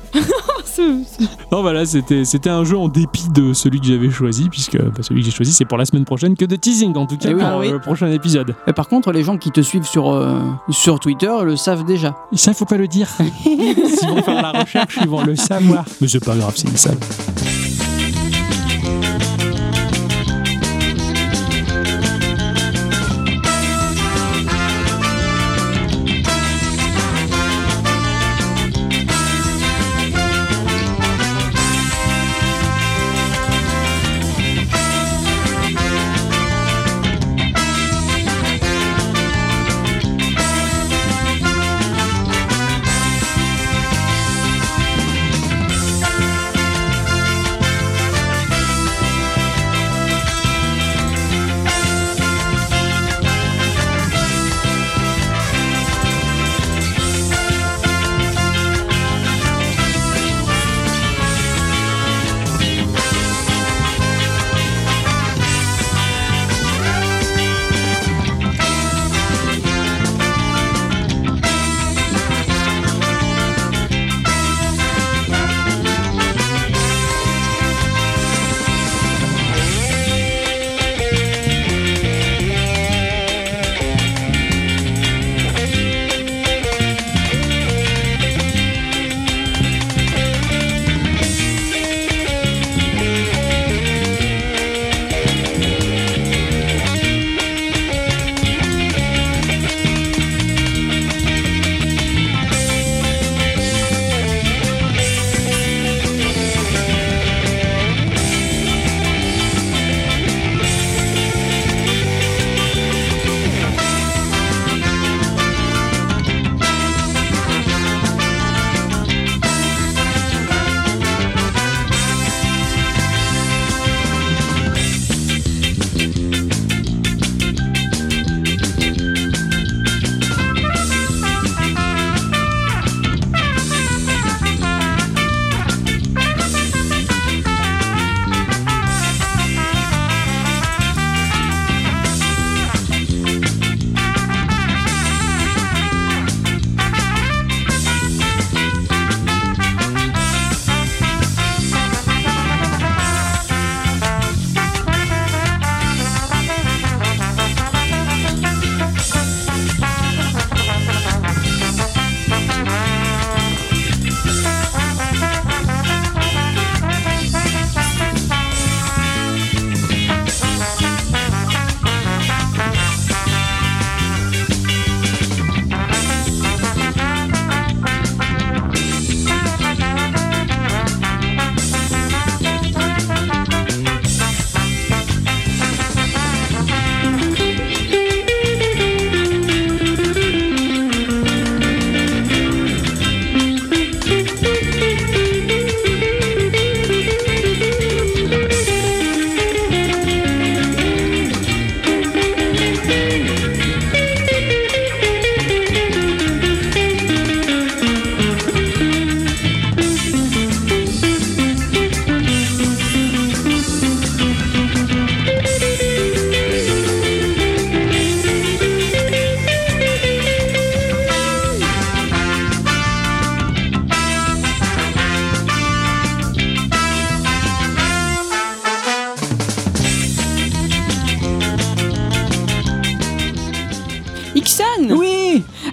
C'est- c'est- Non, voilà, c'était c'était un jeu en dépit de celui que j'avais choisi, puisque bah, celui que j'ai choisi, c'est pour la semaine prochaine que de teasing, en tout cas, Eh oui. pour euh, Ah oui. le prochain épisode. Mais par contre, les gens qui te suivent sur, euh, sur Twitter le savent déjà. Ça, faut pas le dire. S'ils vont faire la recherche, ils vont le savoir. Mais c'est pas grave, c'est le savent.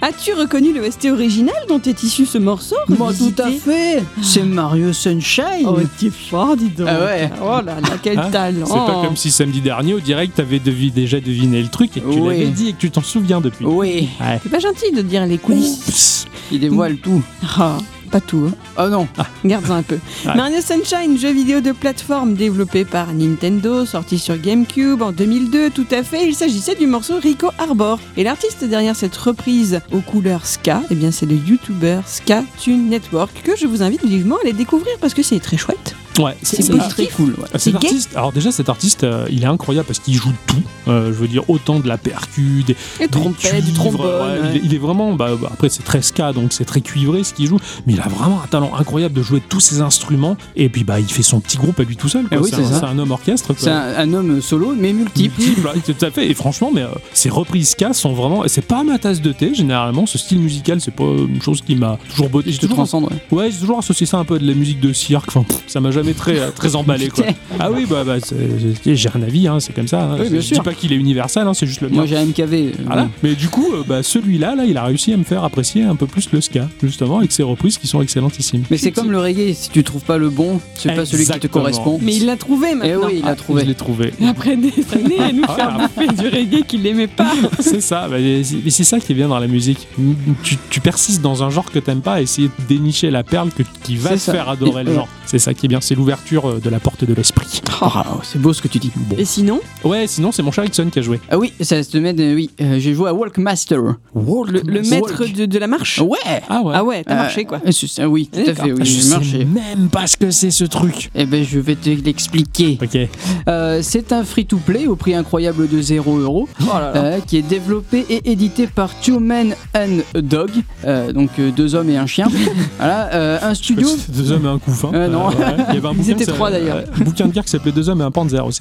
As-tu reconnu l'OST original dont est issu ce morceau Moi, tout revisité à fait C'est Mario Sunshine Oh, t'es fort, dis donc Ah ouais. Oh là là, quel Hein talent C'est pas comme si samedi dernier au direct t'avais devi- déjà deviné le truc et que tu Oui. l'avais dit et que tu t'en souviens depuis. Oui, Ouais. C'est pas gentil de dire les coulisses. Oups. il dévoile tout. Ah, pas tout, hein. Oh non Garde-en un peu. Ouais. Mario Sunshine, jeu vidéo de plateforme développé par Nintendo, sorti sur GameCube en 2002, tout à fait. Il s'agissait du morceau Rico Arbor. Et l'artiste derrière cette reprise aux couleurs ska, eh bien c'est le YouTuber Ska Tune Network que je vous invite vivement à aller découvrir parce que c'est très chouette. Ouais, C'est ça. positif. très cool. ouais. Ah, Cet C'est gay. artiste, alors déjà cet artiste, euh, il est incroyable parce qu'il joue tout. Euh, je veux dire autant de la percu, des, Et des trompette, du cuivres, trombone. ouais, ouais. Il, est, il est vraiment. bah, bah, après c'est très ska donc c'est très cuivré ce qu'il joue, mais il a vraiment un talent incroyable de jouer tous ses instruments et puis bah il fait son petit groupe à lui tout seul. quoi. Ah oui, un, c'est ça. c'est un homme orchestre. quoi. C'est un, un homme solo, mais multiple. Multiple, ouais, tout à fait. Et franchement, mais euh, ces reprises ska sont vraiment. C'est pas ma tasse de thé généralement. Ce style musical, c'est pas une chose qui m'a toujours botté. Je te transcende. ouais. Ouais, j'ai toujours associé ça un peu à de la musique de cirque. Enfin, pff, ça m'a jamais très, euh, très emballé. Quoi. Ah oui, bah, bah, c'est- c'est- j'ai un avis, hein, c'est comme ça. hein. Oui, bien je sûr. dis pas qu'il est universel, hein, c'est juste le mien. Moi j'ai un MKV. euh, Voilà. Mais du coup, euh, bah, celui-là, là, il a réussi à me faire apprécier un peu plus le ska, justement, avec ses reprises qui sont excellentissimes. Mais c'est comme le reggae, si tu trouves pas le bon, c'est pas celui qui te Exactement. correspond. Mais il l'a trouvé Eh maintenant. oui, il Ah, l'a Je trouvé. l'ai trouvé. Après des années à nous faire Ah. bouffer du reggae qu'il n'aimait pas. C'est ça, bah, mais c'est mais c'est ça qui est bien dans la musique. Tu, tu persistes dans un genre que t'aimes pas, à essayer de dénicher la perle que- qui va C'est te ça. faire adorer Et- le genre. C'est ça qui est bien, c'est l'ouverture euh, de la porte de l'esprit. Ah, c'est beau ce que tu dis. Bon. Et sinon, Ouais, sinon c'est mon cher Ixon qui a joué. Ah oui, ça se met. euh, oui, euh, j'ai joué à Walkmaster. le, le maître de, de la marche. Ouais. Ah ouais. Ah ouais, t'as Euh, marché quoi. euh, c'est- ah oui, tout à D'accord. fait. Oui, je j'ai sais marché. même pas ce que c'est ce truc. Eh ben, je vais te l'expliquer. Ok. Euh, c'est un free-to-play au prix incroyable de 0 euros, Oh euh, qui est développé et édité par Two Men and a Dog, euh, donc euh, deux hommes et un chien. voilà, euh, un studio. C'était Deux hommes et un couffin. Euh, non. ouais. Il y avait un Ils bouquin étaient qui s'a- trois, d'ailleurs. Un bouquin de guerre qui s'appelait Deux hommes et un panzer aussi.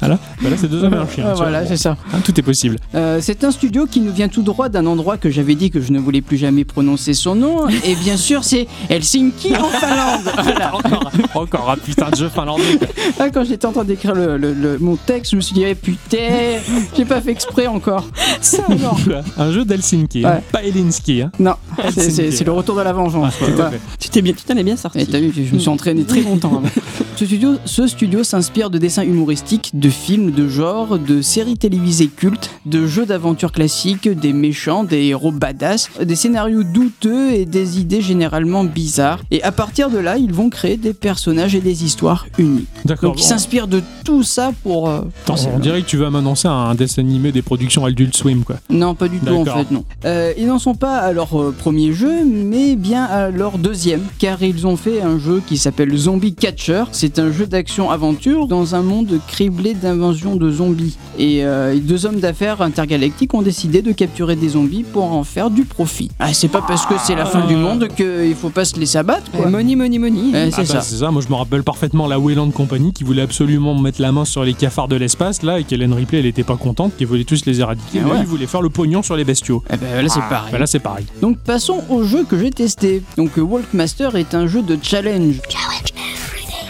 Voilà. Bah là c'est deux hommes et un chien. Ouais, tu vois. Ah, Euh, voilà, c'est ça. Hein, tout est possible. Euh, c'est un studio qui nous vient tout droit d'un endroit que j'avais dit que je ne voulais plus jamais prononcer son nom. Et bien sûr, c'est Helsinki en Finlande. Voilà. Encore, encore un putain de jeu finlandais. quoi. Ah, quand j'étais en train d'écrire le, le- le- mon texte, je me suis dit, eh, putain, j'ai pas fait exprès encore. Ça, non. Un jeu d'Helsinki, hein. Ouais. pas Helsinki. hein. Non, c'est- c'est c'est le retour de la vengeance. Ouais, Ah, tout à Voilà. fait. Tu t'es bien, tu t'en es bien sorti. Et t'as vu, je me suis entraîné très longtemps. hein. avant. ce studio, ce studio s'inspire de dessins humoristiques, de films de genre, de séries télévisées cultes, de jeux d'aventure classiques, des méchants, des héros badass, des scénarios douteux et des idées généralement bizarres. Et à partir de là, ils vont créer des personnages et des histoires uniques. D'accord. Donc ils s'inspirent de tout ça pour. euh, Attends, penser- on dirait que tu vas m'annoncer un dessin animé des productions Adult Swim, quoi. Non, pas du tout en D'accord. fait, non. Euh, ils n'en sont pas à leur euh, premier jeu, mais bien à leur deuxième, car ils ont fait un jeu qui s'appelle Zombie Catcher. C'est un jeu d'action-aventure dans un monde criblé d'inventions de zombies. Et euh, deux hommes d'affaires intergalactiques ont décidé de capturer des zombies pour en faire du profit. Ah, c'est pas parce que c'est la fin du monde qu'il faut pas se laisser abattre, Euh, quoi. money, money, money. Euh, c'est Ah bah, ça. c'est ça. Moi, je me rappelle parfaitement la Wayland Company qui voulait absolument mettre la main sur les cafards de l'espace, là, et qu'Hélène Ripley, elle était pas contente, qu'ils voulait tous les éradiquer. Ah mais ouais. ils voulaient faire le pognon sur les bestiaux. Eh ben, là, c'est pareil. Bah, là, c'est pareil. Donc passons au jeu que j'ai testé. Donc euh, Walkmaster est un jeu de challenge.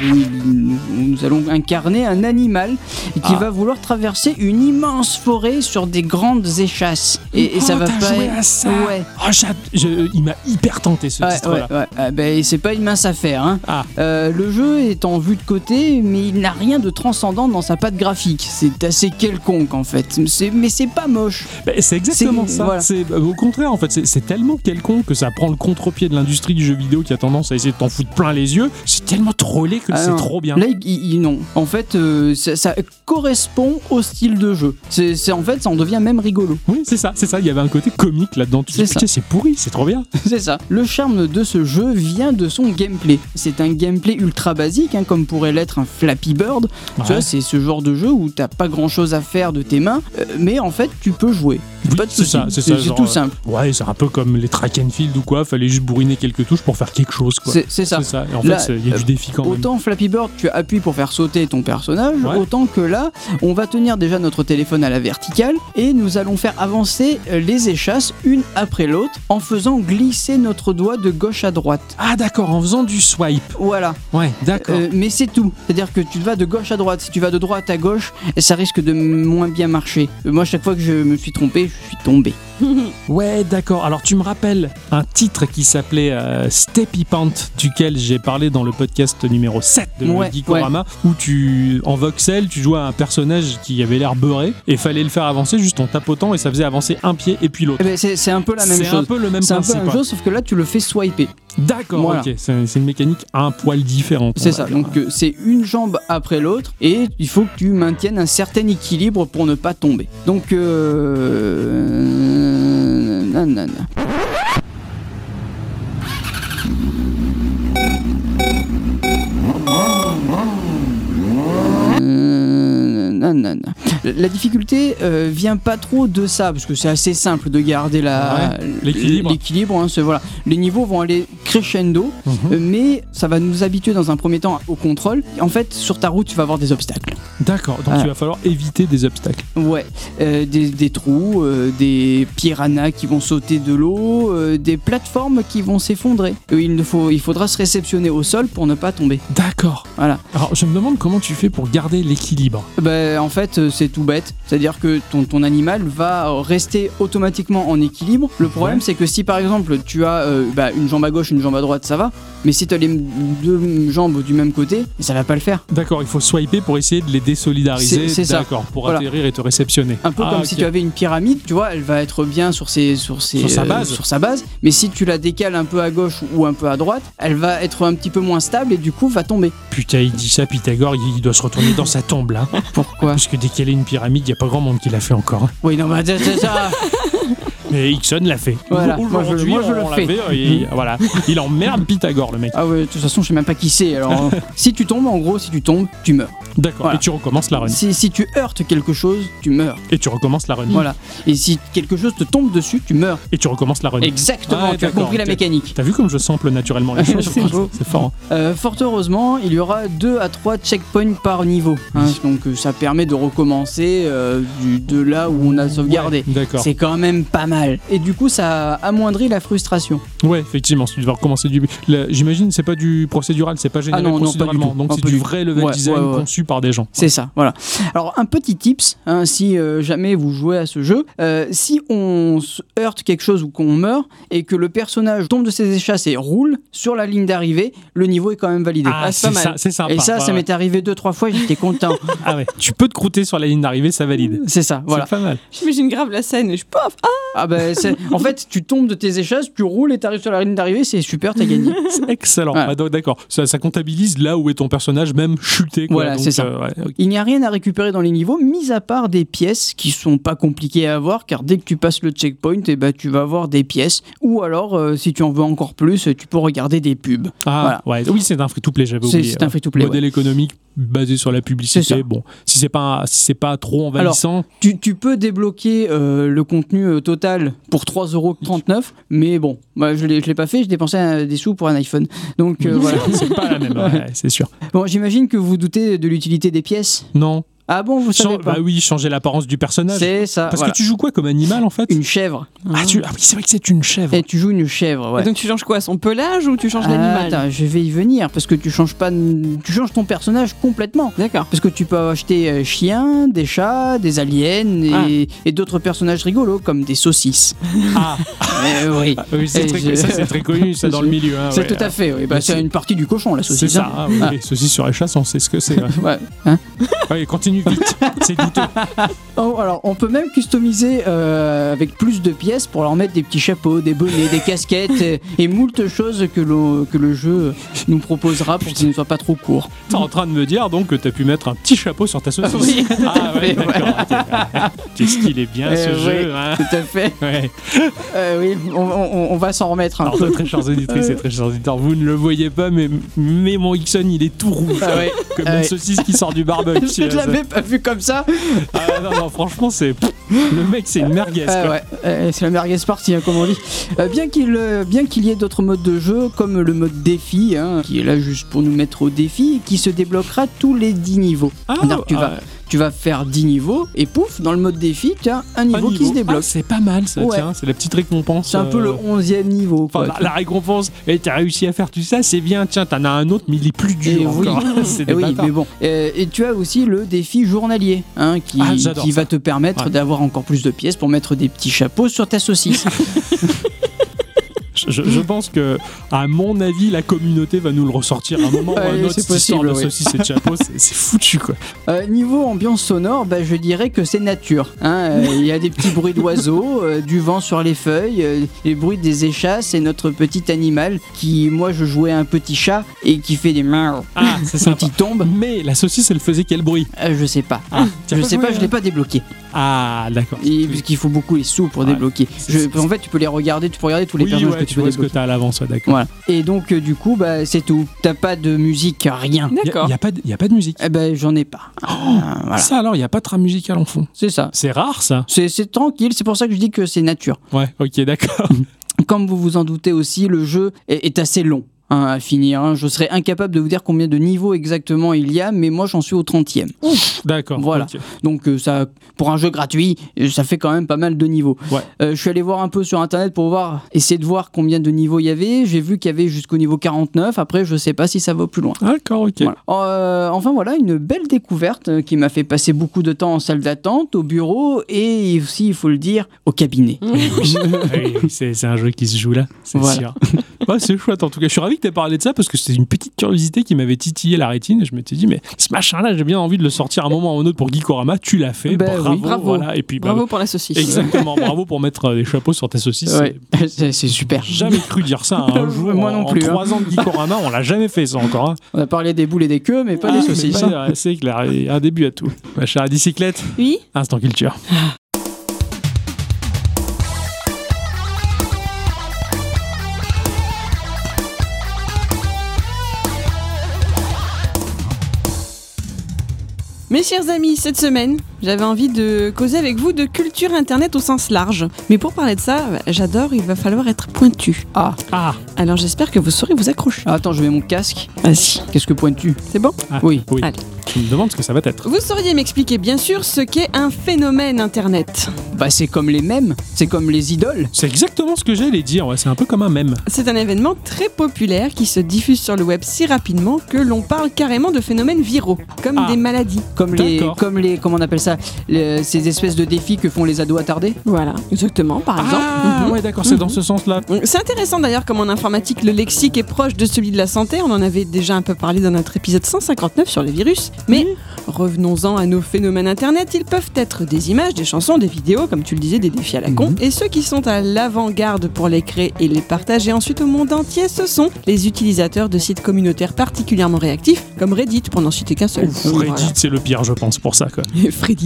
Où il- où nous allons incarner un animal qui Ah. va vouloir traverser une immense forêt sur des grandes échasses. Et, et ça Oh, va t'as pas. joué à ça Ouais. Oh, j'a- je- il m'a hyper tenté ce Ouais, titre-là. ouais, ouais. Ah, ben, c'est pas une mince affaire. hein. Ah. Euh, le jeu est en vue de côté, mais il n'a rien de transcendant dans sa patte graphique. C'est assez quelconque en fait. C'est- Mais c'est pas moche. Bah, c'est exactement C'est- ça. voilà. C'est bah, au contraire en fait, c'est- c'est tellement quelconque que ça prend le contre-pied de l'industrie du jeu vidéo qui a tendance à essayer de t'en foutre plein les yeux. C'est tellement trollé que Ah c'est non. trop bien. Là, il- il- il- non. En fait, euh, ça, ça correspond au style de jeu. C'est c'est- en fait, ça en devient même rigolo. Oui, c'est ça, c'est ça. Il y avait un côté comique là-dedans. Tu te dis, C'est ça. putain, c'est pourri, c'est trop bien. C'est ça. Le charme de ce jeu vient de son gameplay. C'est un gameplay ultra basique, hein, comme pourrait l'être un Flappy Bird. Tu vois, Ouais. c'est ce genre de jeu où t'as pas grand-chose à faire de tes mains, euh, mais en fait, tu peux jouer. Oui, pas de c'est soucis. ça, c'est C'est ça, c'est genre, tout euh, simple. Ouais, c'est un peu comme les track and field ou quoi. Fallait juste bourriner quelques touches pour faire quelque chose, quoi. C'est c'est ça. C'est ça. Et en Là, fait, c'est- il y a euh, du défi quand même. Autant Flappy Bird, tu appuies pour faire sauter ton personnage, Ouais. autant que là, on va tenir déjà notre téléphone à la verticale et nous allons faire avancer euh, les échasses une après l'autre en faisant glisser notre doigt de gauche à droite. Ah d'accord, en faisant du swipe. Voilà, Ouais, d'accord. Euh, mais c'est tout. C'est-à-dire que tu vas de gauche à droite. Si tu vas de droite à gauche, ça risque de moins bien marcher. Euh, Moi, chaque fois que je me suis trompé, je suis tombé. Ouais, d'accord. Alors tu me rappelles un titre qui s'appelait euh, Steppy Pant, duquel j'ai parlé dans le podcast numéro 7 de Ouais, le Geekorama, où tu, en voxel, tu jouais à un personnage qui avait l'air beurré et fallait le faire avancer juste en tapotant et ça faisait avancer un pied et puis l'autre. Eh ben, c'est c'est un peu la même C'est un chose. peu le même C'est un peu principe. la même ouais. chose, sauf que là, tu le fais swiper. D'accord, Voilà. ok. C'est c'est une mécanique un poil différente. on C'est va ça. dire. Donc, euh, c'est une jambe après l'autre et il faut que tu maintiennes un certain équilibre pour ne pas tomber. Donc, euh. nanana. Euh, nanana. La difficulté euh, vient pas trop de ça, parce que c'est assez simple de garder la l'équilibre. l'équilibre, hein, c'est- voilà. Les niveaux vont aller crescendo, Mhm. euh, mais ça va nous habituer dans un premier temps au contrôle. En fait, sur ta route, tu vas avoir des obstacles. D'accord, donc Ah. il va falloir éviter des obstacles. Ouais, Euh, des, des trous, euh, des piranhas qui vont sauter de l'eau, euh, des plateformes qui vont s'effondrer. Euh, Il, ne faut, il faudra se réceptionner au sol pour ne pas tomber. D'accord. Voilà. Alors je me demande comment tu fais pour garder l'équilibre. Ben, en fait, euh, c'est tout bête. C'est-à-dire que ton, ton animal va rester automatiquement en équilibre. Le problème, Ouais. c'est que si par exemple tu as euh, bah, une jambe à gauche, une jambe à droite, ça va. Mais si tu as les m- deux jambes du même côté, ça va pas le faire. D'accord, il faut swiper pour essayer de les désolidariser. C'est- c'est ça. D'accord, pour Voilà. atterrir et te réceptionner. Un peu Ah, comme ok. si tu avais une pyramide, tu vois, elle va être bien sur ses sur ses Sur sa base. sur sa base, mais si tu la décales un peu à gauche ou un peu à droite, elle va être un petit peu moins stable et du coup va tomber. Putain, il dit ça, Pythagore, il doit se retourner dans sa tombe là. Pourquoi Parce que dès qu'elle est une pyramide, il n'y a pas grand monde qui l'a fait encore. hein. Oui, non, mais c'est- c'est ça. Mais Ixon l'a fait. Voilà, moi, je- Aujourd'hui, moi, je on- le on fais. Mm. l'avait, et- voilà. Il emmerde Pythagore, le mec. Ah ouais, de toute façon, je sais même pas qui c'est. Alors, euh, si tu tombes, en gros, si tu tombes, tu meurs. D'accord, Voilà. et tu recommences la run. Si, si tu heurtes quelque chose, tu meurs. Et tu recommences la run. Voilà. Et si quelque chose te tombe dessus, tu meurs. Et tu recommences la run. Exactement, Ouais, tu as Ah, d'accord, compris la ok. mécanique. T'as vu comme je sample naturellement les choses C'est beau. C'est fort. hein. Euh, fort heureusement, il y aura 2 à 3 checkpoints par niveau. hein. donc euh, ça permet de recommencer euh, du, de là où on a sauvegardé. Ouais, D'accord. C'est quand même pas mal. Et du coup, ça amoindrit la frustration. Ouais, effectivement, si tu devais recommencer du. le- J'imagine, c'est pas du procédural, c'est pas généré Ah non, non, pas du procéduralement. tout. Donc Ah, c'est pas du du tout. vrai level Ouais, design ouais, ouais. conçu par des gens. C'est ça, voilà. Alors, un petit tips, hein, si euh, jamais vous jouez à ce jeu, euh, si on se heurte quelque chose ou qu'on meurt et que le personnage tombe de ses échasses et roule sur la ligne d'arrivée, le niveau est quand même validé. Ah, Ah, c'est ça- c'est sympa. Et ça, Ouais, ça ouais. m'est arrivé 2-3 fois, j'étais content. Ah ouais, tu peux te croûter sur la ligne d'arrivée, ça valide. c'est ça, Mmh. voilà. C'est pas mal. J'imagine grave la scène et je pof Ah bah, c'est- en fait, tu tombes de tes échasses, tu roules et t'arrives sur la ligne d'arrivée, c'est super, t'as gagné. C'est excellent. Voilà. Ah, donc, D'accord. Ça, ça comptabilise là où est ton personnage, même chuté. Quoi. Voilà, Donc, c'est ça. euh, ouais, ok. Il n'y a rien à récupérer dans les niveaux, mis à part des pièces qui sont pas compliquées à avoir, car dès que tu passes le checkpoint, eh ben, tu vas avoir des pièces. Ou alors, euh, si tu en veux encore plus, tu peux regarder des pubs. Ah, ouais. Oui, c'est un free-to-play, j'avais C'est- oublié. c'est un ouais. free-to-play, Modèle économique basé sur la C'est publicité. ça. Bon, si c'est pas, si c'est pas trop envahissant, Tu, tu peux débloquer euh, le contenu euh, total pour 3,39€, mais bon, bah, je ne l'ai je l'ai pas fait, je dépensais euh, des sous pour un iPhone. Donc euh, voilà. c'est pas la même. ouais, c'est sûr. Bon, j'imagine que vous doutez de l'utilité des pièces. Non. Ah bon, vous savez Chan- pas bah oui, changer l'apparence du personnage. C'est ça, Parce voilà. que tu joues quoi comme animal en fait Une chèvre. ah, tu- ah oui, c'est vrai que c'est une chèvre. Et tu joues une chèvre, ouais. Donc tu changes quoi Son pelage ou tu changes Ah, l'animal attends, je vais y venir parce que tu changes pas, tu changes ton personnage complètement. D'accord. Parce que tu peux acheter euh, chiens, des chats, des aliens et, et d'autres personnages rigolos comme des saucisses. Ah, Eh oui, ah oui, c'est Et très, je- ça, c'est très connu, ça, dans le milieu. hein, c'est ouais. tout à fait. oui. Bah, Mais c'est c'est- une partie du cochon la C'est saucisse. ça. hein. Ah, oui, oui, ceci sur la chasse, on sait ce que c'est. ouais. Ouais. Allez, continue vite. C'est douteux. Oh, alors, on peut même customiser euh, avec plus de pièces pour leur mettre des petits chapeaux, des bonnets, des casquettes et, et moult choses que, l'on- que le jeu nous proposera pour qu'il ne soit pas trop court. T'es en train de me dire donc que t'as pu mettre un petit chapeau sur ta sauce. Oui, tout ah à ouais, fait, d'accord. ok. Qu'est-ce qu'il est bien Eh ce oui. jeu. hein. Tout à fait. Ouais. Euh, oui, on, on- on va s'en remettre. hein. Alors, très chers auditrices et très chers auditeurs, vous ne le voyez pas, mais, mais mon Ixon, il est tout rouge. Ah ouais. Comme Ah une ouais. saucisse qui sort du barbecue. Je ne là, ça. l'avais pas vu comme ça. Ah non, non, franchement, c'est. Le mec, c'est une merguez. Ah quoi. ouais, euh, c'est la merguez party, hein, comme on dit. Euh, bien qu'il euh, bien qu'il y ait d'autres modes de jeu, comme le mode défi, hein, qui est là juste pour nous mettre au défi, qui se débloquera tous les 10 niveaux. Ah, Alors, tu, ah, vas, tu vas faire 10 niveaux et pouf, dans le mode défi, tu as un niveau, qui se Ah, débloque. c'est pas mal ça, Ouais. tiens, c'est la petite récompense. c'est un peu euh, le 11e niveau. Enfin, quoi. la, la récompense, et t'as réussi à faire tout ça, c'est bien, tiens, t'en as un autre, mais il est plus dur Eh oui. encore. c'est Eh des oui, bâtards. mais bon. Euh, et tu as aussi le défi journalier, hein, qui, Ah, j'adore qui ça. va te permettre Ouais. d'avoir encore plus de pièces pour mettre des petits chapeaux sur ta saucisse. Je, je pense que, à mon avis, la communauté va nous le ressortir à un moment ou à un Ouais, autre, c'est cette histoire possible, de oui. saucisses et de chapeaux, c'est c'est foutu quoi. Euh, niveau ambiance sonore, bah, je dirais que c'est nature. hein. Euh, Il y a des petits bruits d'oiseaux, euh, du vent sur les feuilles, euh, les bruits des échasses et notre petit animal qui, moi, je jouais à un petit chat et qui fait des mains Ah, c'est quand sympa. il tombe. Mais la saucisse, elle faisait quel bruit Euh, je sais pas. ah, t'as Je sais joué, pas, je hein l'ai pas débloqué. Ah, d'accord. Et- Puisqu'il faut beaucoup les sous pour Ouais. débloquer. Je- en fait, tu peux les regarder, tu peux regarder tous les oui, personnages ouais, que tu tu peux vois ce que débloquer. t'as à l'avance, ouais, d'accord. Voilà. Et donc, euh, du coup, bah, c'est tout. T'as pas de musique, rien. Il D'accord. n'y a, pas de- y a pas de musique. Eh ben, j'en ai pas. Ah, voilà. Ça alors, il n'y a pas de trame musicale en fond. C'est ça. C'est rare ça. C'est c'est tranquille, c'est pour ça que je dis que c'est nature. Ouais, ok, d'accord. Comme vous vous en doutez aussi, le jeu est, est assez long hein, à finir. hein. Je serais incapable de vous dire combien de niveaux exactement il y a, mais moi j'en suis au 30e. D'accord. Voilà. ok. Donc euh, ça, pour un jeu gratuit, euh, ça fait quand même pas mal de niveaux. Ouais. Euh, je suis allé voir un peu sur internet pour voir, essayer de voir combien de niveaux il y avait. J'ai vu qu'il y avait jusqu'au niveau 49. Après, je sais pas si ça va plus loin. D'accord, ok. Voilà. Euh, enfin voilà, une belle découverte euh, qui m'a fait passer beaucoup de temps en salle d'attente, au bureau et aussi, il faut le dire, au cabinet. Ah Oui, oui, c'est c'est un jeu qui se joue là, c'est Voilà. sûr. Ouais, c'est chouette en tout cas. Je suis ravi que tu aies parlé de ça parce que c'était une petite curiosité qui m'avait titillé la rétine et je m'étais dit, mais ce machin-là, j'ai bien envie de le sortir à un moment ou un autre pour Gikorama. Tu l'as fait, Ben oui, bravo, bravo. Voilà. Et puis, bah, Bravo pour la saucisse. exactement, bravo pour mettre euh, des chapeaux sur ta saucisse. Ouais, c'est c'est super. J'ai Jamais cru dire ça à un jour. Moi en, non plus, hein. En 3 ans de Gikorama, on l'a jamais fait ça encore. hein. On a parlé des boules et des queues, mais pas des Ah, mais saucisses. hein. pas- ouais, C'est clair, il y a un début à tout. Ma chère bicyclette, Oui instant culture. Mes chers amis, cette semaine, j'avais envie de causer avec vous de culture internet au sens large. Mais pour parler de ça, bah, j'adore, il va falloir être pointu. Ah, Ah, Alors j'espère que vous saurez vous accrocher. attends, je mets mon casque. Vas-y. Qu'est-ce que pointu C'est bon ah, Oui. oui. Allez. Tu me demandes ce que ça va être. Vous sauriez m'expliquer bien sûr ce qu'est un phénomène internet. Bah c'est comme les mêmes, c'est comme les idoles. C'est exactement ce que j'allais dire, ouais, c'est un peu comme un mème. C'est un événement très populaire qui se diffuse sur le web si rapidement que l'on parle carrément de phénomènes viraux, comme Ah. des maladies. Comme les, D'accord. comme les, comment on appelle ça, les- ces espèces de défis que font les ados attardés. Voilà, exactement, par exemple. Mhm. Ah, ouais, d'accord, c'est dans ce sens-là. Donc, C'est intéressant d'ailleurs comme en informatique le lexique est proche de celui de la santé, on en avait déjà un peu parlé dans notre épisode 159 sur les virus, mais revenons-en à nos phénomènes internet, ils peuvent être des images, des chansons, des vidéos, comme tu le disais, des défis à la con, et ceux qui sont à l'avant-garde pour les créer et les partager ensuite au monde entier, ce sont les utilisateurs de sites communautaires particulièrement réactifs, comme Reddit, pour n'en citer qu'un seul. Ouf, Reddit, c'est le pire, je pense, pour ça. Quoi. Voilà. Fredit.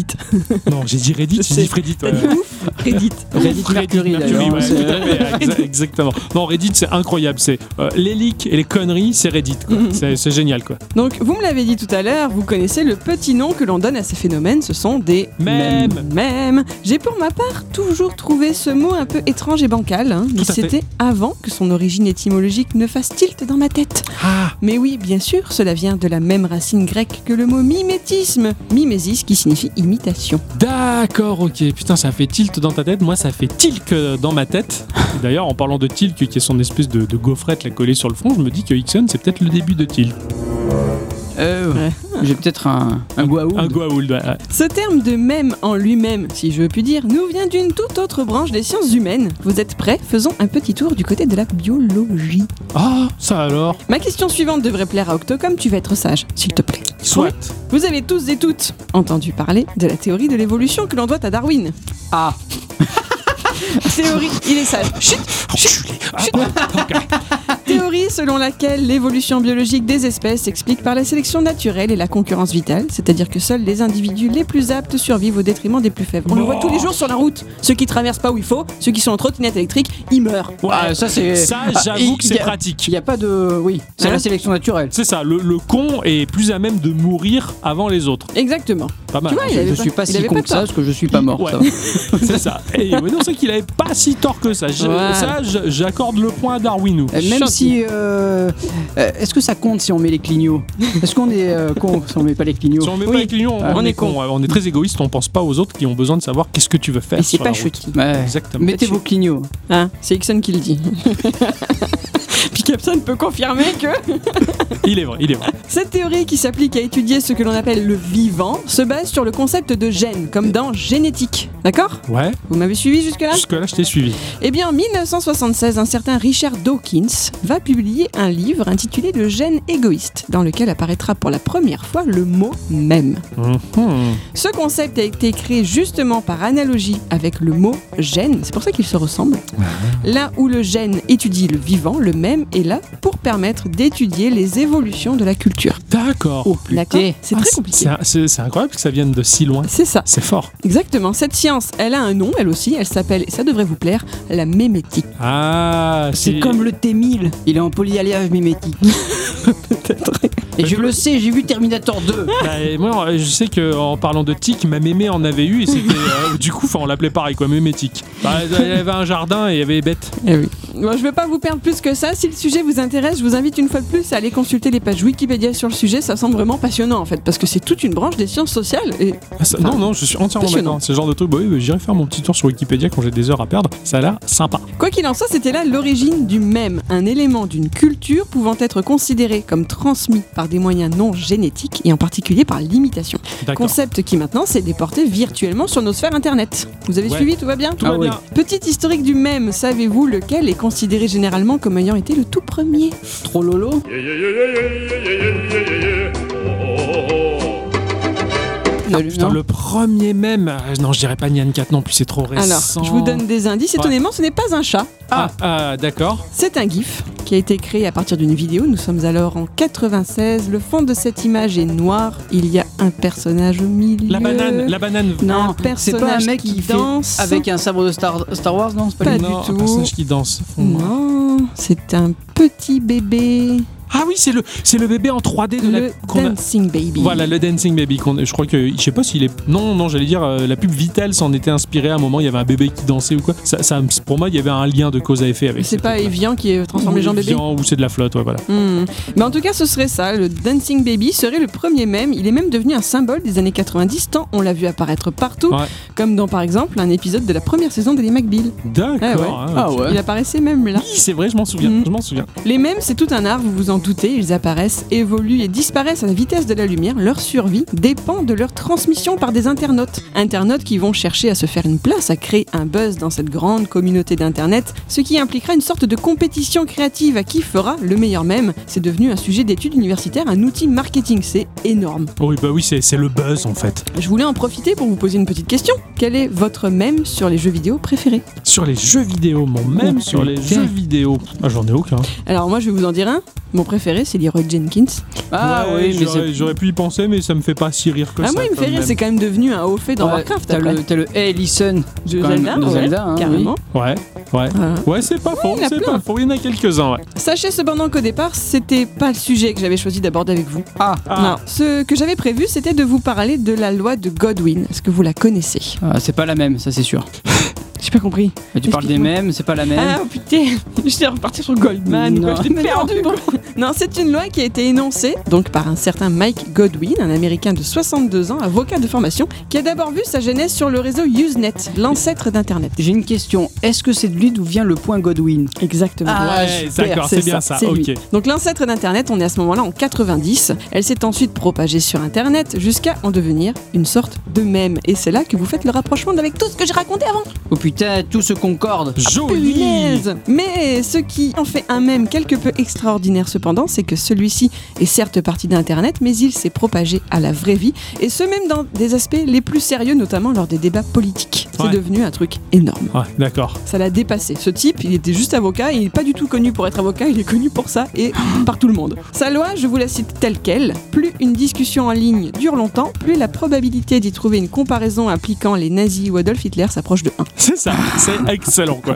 Non, j'ai dit Reddit, j'ai sais. dit Reddit. ouais. T'as dit ouf Reddit. Reddit Reddit, Mercury, Mercury, d'ailleurs. ouais, C'est- tout à fait, exa- exactement. Non, Reddit, c'est incroyable. C'est euh, les leaks et les conneries, c'est Reddit. quoi. Mhm. C'est c'est génial, quoi. Donc, vous me l'avez dit tout à l'heure, vous connaissez le petit nom que l'on donne à ces phénomènes, ce sont des Mèmes. Mèmes. J'ai pour ma part toujours trouvé ce mot un peu étrange et bancal, hein, mais Tout à fait. c'était avant que son origine étymologique ne fasse tilt dans ma tête. Ah, Mais oui, bien sûr, cela vient de la même racine grecque que le mot mimétisme, mimésis qui signifie imitation. d'accord, ok. Putain, ça fait tilt dans ta tête. Moi, ça fait tilk euh, dans ma tête. Et D'ailleurs, en parlant de tilk, qui est son espèce de, de gaufrette la collée sur le front, je me dis que Ixon, c'est peut-être le début de tilt. Euh, Ouais. J'ai peut-être un, un goaoud. Un goa'uld, ouais, ouais. Ce terme de mème en lui-même, si je puis dire, nous vient d'une toute autre branche des sciences humaines. Vous êtes prêts Faisons un petit tour du côté de la biologie. Ah, ça alors. Ma question suivante devrait plaire à Octocom, tu vas être sage, s'il te plaît. Soit. Vous avez tous et toutes entendu parler de la théorie de l'évolution que l'on doit à Darwin. Ah, Théorie, il est sage. Chut Enculé. Ah, pardon. Théorie selon laquelle l'évolution biologique des espèces s'explique par la sélection naturelle et la concurrence vitale, c'est-à-dire que seuls les individus les plus aptes survivent au détriment des plus faibles. On le voit tous les jours sur la route. Ceux qui traversent pas où il faut, ceux qui sont en trottinette électrique, ils meurent. Ouais. ah, ça c'est. Ça, j'avoue que c'est pratique. Ah, Il n'y a pas de. Oui, c'est Hein la sélection naturelle. C'est ça, le, le con est plus à même de mourir avant les autres. Exactement. pas mal. hein. Tu vois, il Je avait suis pas- pas il si avait con pas que ça, tort. parce que je suis pas mort. Ouais. ça va. c'est ça. Et ouais, non, c'est qu'il avait pas si tort que ça. J'ai- Ouais. Ça, j- j'accorde le point à Darwinou. Euh, Même Gentil. si. euh, euh, Est-ce que ça compte si on met les clignots Est-ce qu'on est euh, con si on met pas les clignots Si on met Oui. pas les clignons, Ah, on, on est est con. ouais, On est très égoïste, on pense pas aux autres qui ont besoin de savoir qu'est-ce que tu veux faire. Et c'est sur la pas route. Chucky. Ouais. Exactement. Mettez vos clignots. Hein, c'est Ixon qui le dit. Puis Capson peut confirmer que Il est vrai, il est vrai. cette théorie qui s'applique à étudier ce que l'on appelle le vivant se base sur le concept de gène, comme dans génétique. D'accord Ouais, Vous m'avez suivi jusque-là jusque-là, je t'ai suivi. Eh bien, en 1976, un certain Richard Dawkins va publier un livre intitulé Le gène égoïste, dans lequel apparaîtra pour la première fois le mot même. Mhm. Ce concept a été créé justement par analogie avec le mot gène, c'est pour ça qu'ils se ressemblent. Là où le gène étudie le vivant, le même est là pour permettre d'étudier les évolutions de la culture. D'accord. D'accord C'est Ah, très compliqué. c'est- C'est c'est incroyable que ça vienne de si loin. C'est ça, C'est fort. exactement. Cette science, elle a un nom, elle aussi, elle s'appelle, et ça devrait vous plaire, la mémétique. Ah, C'est comme le T1000. Il est en polyalliage mimétique. Et je le sais, j'ai vu Terminator 2. Bah, et moi, euh, je sais que en parlant de tic, ma mémé en avait eu et c'était euh, du coup, enfin, on l'appelait pareil quoi, mémé tic. Bah, elle avait un jardin et il y avait des bêtes. Eh Bon, je vais pas vous perdre plus que ça. Si le sujet vous intéresse, je vous invite une fois de plus à aller consulter les pages Wikipédia sur le sujet. Ça semble vraiment passionnant en fait, parce que c'est toute une branche des sciences sociales. Et Ah, ça- non, non, je suis entièrement Passionnant. d'accord. C'est le genre de truc. Bah, oui, bah, j'irai faire mon petit tour sur Wikipédia quand j'ai des heures à perdre. Ça a l'air sympa. quoi qu'il en soit, c'était là l'origine du même, un élément d'une culture pouvant être considéré comme transmis par des moyens non génétiques et en particulier par l'imitation. D'accord. Concept qui maintenant s'est déporté virtuellement sur nos sphères internet. Vous avez Ouais. suivi, tout va bien Tout va Ah oui. bien. Petite historique du même, savez-vous lequel est considéré généralement comme ayant été le tout premier Trop lolo. Putain, le premier même. euh, Non, je dirais pas Nyan 4 non plus, c'est trop Alors, récent. je vous donne des indices. Étonnamment, ce n'est pas un chat. Ah, ah, d'accord. C'est un GIF qui a été créé à partir d'une vidéo. Nous sommes alors en 96. Le fond de cette image est noir. Il y a un personnage au milieu. La banane, la banane. Non, un c'est personnage pas un mec qui, qui fait danse. Avec un sabre de Star, Star Wars, non c'est pas Pas lui. du non, un tout. personnage qui danse. Non, c'est un petit bébé. Ah oui, c'est le, c'est le bébé en 3D de la. Le qu'on a- Dancing Baby. Voilà le Dancing Baby. qu'on- Je crois que je sais pas s'il est. Non, non, j'allais dire euh, la pub Vital s'en était inspirée à un moment. Il y avait un bébé qui dansait ou quoi. Ça, ça- pour moi, il y avait un lien de cause à effet avec. C'est cette pas pub-là. Evian qui euh, transforme les gens en Ou bébés Evian, Ou c'est de la flotte, ouais, voilà. Hmm. Mais en tout cas, ce serait ça. Le Dancing Baby serait le premier mème. Il est même devenu un symbole des années 90, tant on l'a vu apparaître partout, Ouais. comme dans par exemple un épisode de la première saison d'Ellie McBeal. Eh D'accord. hein. Ah ouais. Il apparaissait même là. Oui, c'est vrai, je m'en souviens. Mhm. Je m'en souviens. Les mèmes, c'est tout un art, vous vous en doutez. Ils apparaissent, évoluent et disparaissent à la vitesse de la lumière. Leur survie dépend de leur transmission par des internautes. Internautes qui vont chercher à se faire une place, à créer un buzz dans cette grande communauté d'Internet, ce qui impliquera une sorte de compétition créative à qui fera le meilleur mème. C'est devenu un sujet d'étude universitaire, un outil marketing. C'est énorme. Oui, bah oui, c'est c'est le buzz en fait. Je voulais en profiter pour vous poser une petite question. Quel est votre mème sur les jeux vidéo préféré Sur les jeux vidéo, mon même Oh, sur les putain. jeux vidéo. Ah, j'en ai aucun. Alors moi, je vais vous en dire un. Mon préféré, c'est Leroy Jenkins. Ah Ouais, oui, mais j'aurais- c'est. j'aurais pu y penser, mais ça me fait pas si rire que Ah ça. moi il me fait quand rire, même. c'est quand même devenu un haut fait dans Warcraft T'as après. le, t'as le Hey Listen De quand même, Zelda, de ouais, Zelda, hein, carrément. Ouais, ouais. Voilà. Ouais, c'est pas faux, il y en a c'est plein. Ah, pas faux. Il y en a quelques-uns, ouais. Sachez cependant qu'au départ, c'était pas le sujet que j'avais choisi d'aborder avec vous. Ah. Non, ce que j'avais prévu, c'était de vous parler de la loi de Godwin. Est-ce que vous la connaissez Ah, c'est pas la même, ça c'est sûr. J'ai pas compris. Mais tu parles des Explique-moi. mêmes, c'est pas la Ah même. oh, putain, j'étais reparti sur Goldman. Ben. Non. quoi, je t'ai Mais perdu. Non, c'est une loi qui a été énoncée donc par un certain Mike Godwin, un Américain de 62 ans, avocat de formation, qui a d'abord vu sa jeunesse sur le réseau Usenet, l'ancêtre d'Internet. J'ai une question. Est-ce que c'est de lui d'où vient le point Godwin Exactement. Ah, ouais, super, d'accord, c'est c'est bien ça. C'est ok. lui. Donc l'ancêtre d'Internet, on est à ce moment-là en 90. Elle s'est ensuite propagée sur Internet jusqu'à en devenir une sorte de mème. Et c'est là que vous faites le rapprochement avec tout ce que j'ai raconté avant. Oh putain, tout se concorde. Joli. Punaise Mais ce qui en fait un mème quelque peu extraordinaire cependant, c'est que celui-ci est certes parti d'Internet, mais il s'est propagé à la vraie vie. Et ce même dans des aspects les plus sérieux, notamment lors des débats politiques. C'est Ouais. devenu un truc énorme. Ouais, Ah, d'accord. Ça l'a dépassé. Ce type, il était juste avocat, il n'est pas du tout connu pour être avocat, il est connu pour ça et par tout le monde. Sa loi, je vous la cite telle qu'elle, plus une discussion en ligne dure longtemps, plus la probabilité d'y trouver une comparaison impliquant les nazis ou Adolf Hitler s'approche de 1. C'est ça, c'est excellent quoi.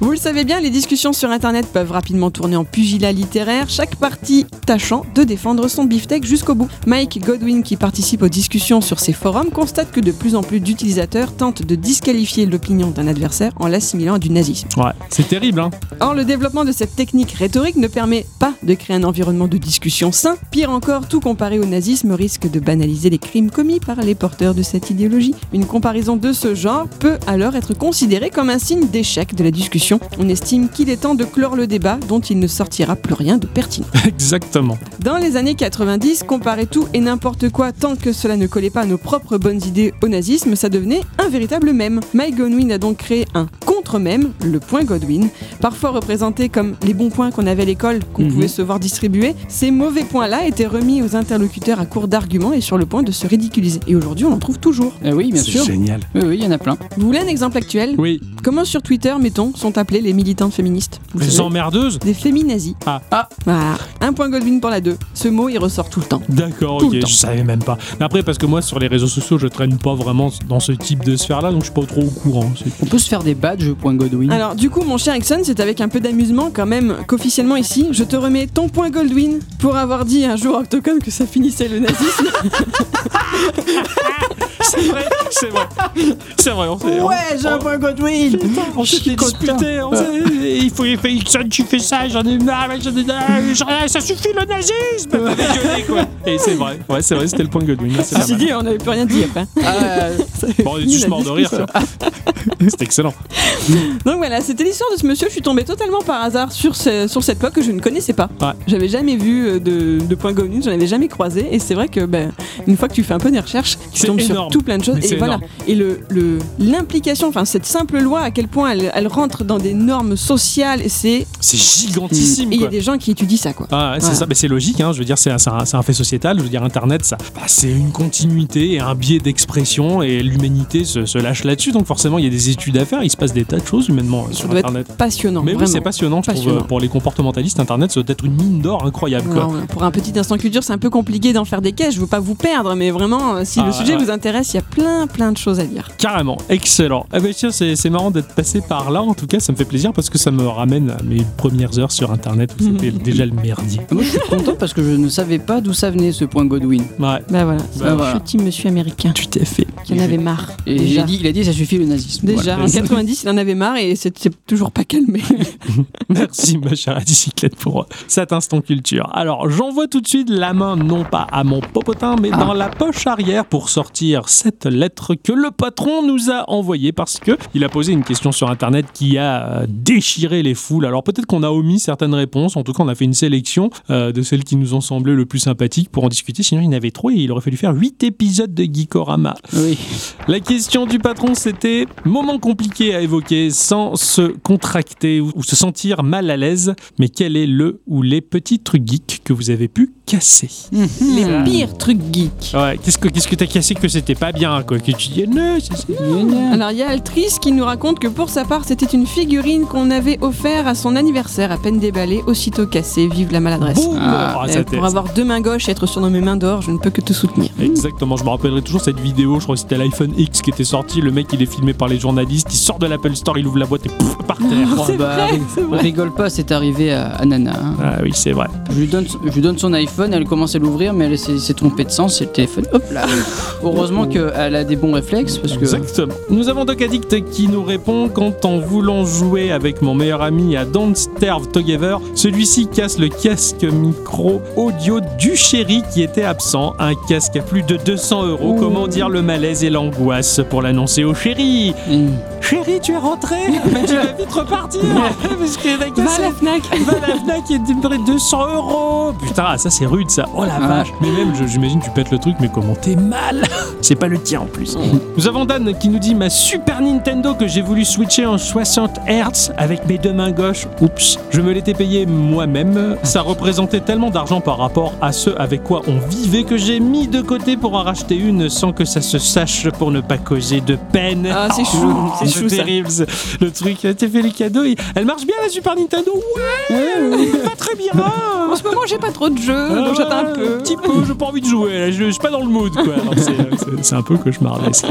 Vous le savez bien, les discussions sur internet peuvent rapidement tourner en pugilat littéraire, chaque partie tâchant de défendre son beefsteak jusqu'au bout. Mike Godwin, qui participe aux discussions sur ces forums, constate que de plus en plus d'utilisateurs tentent de disqualifier l'opinion d'un adversaire en l'assimilant à du nazisme. Ouais, c'est terrible hein. Or, le développement de cette technique rhétorique ne permet pas de créer un environnement de discussion sain. Pire encore, tout comparé au nazisme risque de banaliser les crimes commis par les porteurs de cette idéologie. Une comparaison de ce genre peut alors être considérée comme un signe d'échec de la discussion. On estime qu'il est temps de clore le débat dont il ne sortira plus rien de pertinent. Exactement. Dans les années 90, comparer tout et n'importe quoi tant que cela ne collait pas à nos propres bonnes idées au nazisme, ça devenait un véritable mème. Mike Godwin a donc créé un contre-mème, le point Godwin, parfois représenté comme les bons points qu'on avait à l'école, qu'on Mhm. pouvait se voir distribuer. Ces mauvais points-là étaient remis aux interlocuteurs à court d'arguments et sur le point de se ridiculiser. Et aujourd'hui, on en trouve toujours. Eh oui, bien sûr. génial. Oui, oui, il y en a plein. Vous voulez un exemple actuel Oui, Comment sur Twitter, mettons, sont appelés les militantes féministes Vous les savez emmerdeuses. Des féminazis. Ah. Ah. Voilà. Un point Godwin pour la 2. Ce mot, il ressort tout le temps. D'accord, Tout ok, le je temps. savais même pas. Mais après, parce que moi, sur les réseaux sociaux, je traîne pas vraiment dans ce type de sphère-là, donc je suis pas trop au courant. c'est- On peut se faire des badges, point Godwin. Alors, du coup, mon cher Exxon, c'est avec un peu d'amusement quand même qu'officiellement ici, je te remets ton point Goldwyn pour avoir dit un jour à Octocom que ça finissait le nazisme. C'est vrai, c'est vrai. C'est vrai, on s'est- on- on- point Godwin on s'était disputé, on s'est- il faut, il faut- Ixon, tu fais ça, j'en ai marre, j'en ai marre, j'en ai- ça suffit le nazisme T'avais gueulé, quoi. Et c'est vrai, ouais, c'est vrai, c'était le point de Godwin. là, c'est pas Ceci mal. dit, on n'avait plus rien dit après. Ah, euh, Bon, on est juste mort de rire, tiens. C'était excellent. Donc voilà, c'était l'histoire de ce monsieur. Je suis tombée totalement par hasard sur, ce- sur cette loi que je ne connaissais pas. Ouais. J'avais jamais vu euh, de, de point Goldwyn, j'en avais jamais croisé. Et c'est vrai que ben, une fois que tu fais un peu des recherches, tu C'est tombes sur énorme. tout plein de choses. Mais et c'est voilà. énorme. Et le- le- l'implication, enfin cette simple loi, à quel point elle, elle rentre dans des normes sociales, et c'est C'est gigantissime, Et il y a quoi. des gens qui étudient ça, quoi. Ah ouais, c'est Voilà. ça, mais c'est logique, hein, je veux dire, c'est un, c'est un- c'est un fait sociétal, je veux dire, Internet, ça, bah, c'est une continuité et un biais d'expression, et l'humanité se, se lâche là-dessus, donc forcément, il y a des études à faire, il se passe des tas de choses humainement euh, Ça sur doit être Internet. Passionnant. mais oui, vraiment. c'est passionnant, je trouve, Passionnant. euh, pour les comportementalistes, Internet, ça doit être une mine d'or incroyable, quoi. Alors, euh, pour un petit instant culture, c'est un peu compliqué d'en faire des caisses. Je veux pas vous perdre, mais vraiment, euh, si Ah, le sujet ouais. vous intéresse, il y a plein, plein de choses à dire. Carrément, excellent. Eh ben, tiens, c'est c'est marrant d'être passé par là, en tout cas, ça me fait plaisir parce que ça me ramène à mes premières heures sur Internet Mhm. où c'était déjà le merdier. Moi, je suis content parce que je ne savais pas d'où ça venait ce point Godwin. Ouais. Bah voilà, Bah, un voilà. petit monsieur américain Tu t'es fait. qui en avait marre. Et il a déjà. dit, il a dit, ça suffit le nazisme. Déjà, Voilà. en 90, il en avait marre et c'était toujours pas calmé. Merci, ma chère à bicyclette, pour cet instant culture. Alors, j'envoie tout de suite la main, non pas à mon popotin, mais dans la poche arrière pour sortir cette lettre que le patron nous a envoyée parce que il a posé une question sur Internet qui a euh, déchiré les foules. Alors, peut-être qu'on a omis certaines réponses. En tout cas, on a fait une sélection euh, de celles qui nous ont semblé le plus sympathiques pour en discuter. Sinon, il y en avait trop et il aurait fallu faire 8 épisodes de Geekorama. Oui. La question du patron, c'était moment compliqué à évoquer sans se contracter ou, ou se sentir mal à l'aise. Mais quel est le ou les petits trucs geeks que vous avez pu casser Les pires trucs geeks. Ouais, qu'est-ce que qu'est-ce que t'as cassé que c'était pas bien quoi Que tu dis non, c'est- c'est- Alors, il y a Altrice qui nous raconte que pour sa part, c'était une figurine qu'on avait offert à son anniversaire, à peine déballée, aussitôt cassée. Vive la maladresse. Boum Ah, Ah, Euh, ça t'est- pour avoir deux mains gauches et être surnommé main d'or, je ne peux que te soutenir. Exactement, je me rappellerai toujours cette vidéo, je crois que c'était l'iPhone X qui était sorti, le mec il est filmé par les journalistes, il sort de l'Apple Store, il ouvre la boîte et pouf, par terre. Oh, bah, rig- Rigole pas, c'est arrivé à, à Nana. hein. Ah oui, c'est vrai. Je, lui donne, je lui donne son iPhone, elle commence à l'ouvrir, mais elle s'est s'est trompée de sens, c'est le téléphone. Hop là Heureusement qu'elle a des bons réflexes, parce que. Exactement. Nous avons Doc Addict qui nous répond quand en voulant jouer avec mon meilleur ami à Don't Starve Together, celui-ci casse le casque micro audio du chéri qui était absent. Un casque à plus de 200 euros. Comment dire le malaise et l'angoisse pour l'annoncer au chéri Mm. Chéri, tu es rentré Mais tu vas vite repartir Parce que t'as Va à cassé la Fnac Va à la Fnac et tu me prêtes 200 euros Putain, ah, ça c'est rude ça Oh la Ah. vache Mais même, je- j'imagine, tu pètes le truc, mais comment t'es mal C'est pas le tien en plus. Nous avons Dan qui nous dit ma Super Nintendo que j'ai voulu switcher en 60 Hz avec mes deux mains gauches. Oups, je me l'étais payé moi-même. Ça représentait tellement d'argent par rapport à ce avec quoi on vivait que j'ai mis de côté pour en racheter une sans que ça se sache pour ne pas causer de peine. Oh, Ah, c'est chou, c'est chou, c'est ça. terrible. ça. Le truc, t'as fait les cadeaux. il- Elle marche bien la Super Nintendo. Ouais, pas très bien. En ce moment, j'ai pas trop de jeux, Ah, donc j'attends un peu. Un petit peu, j'ai pas envie de jouer. là, je, je suis pas dans le mood, quoi. Alors, c'est- c'est- C'est un peu cauchemardesque.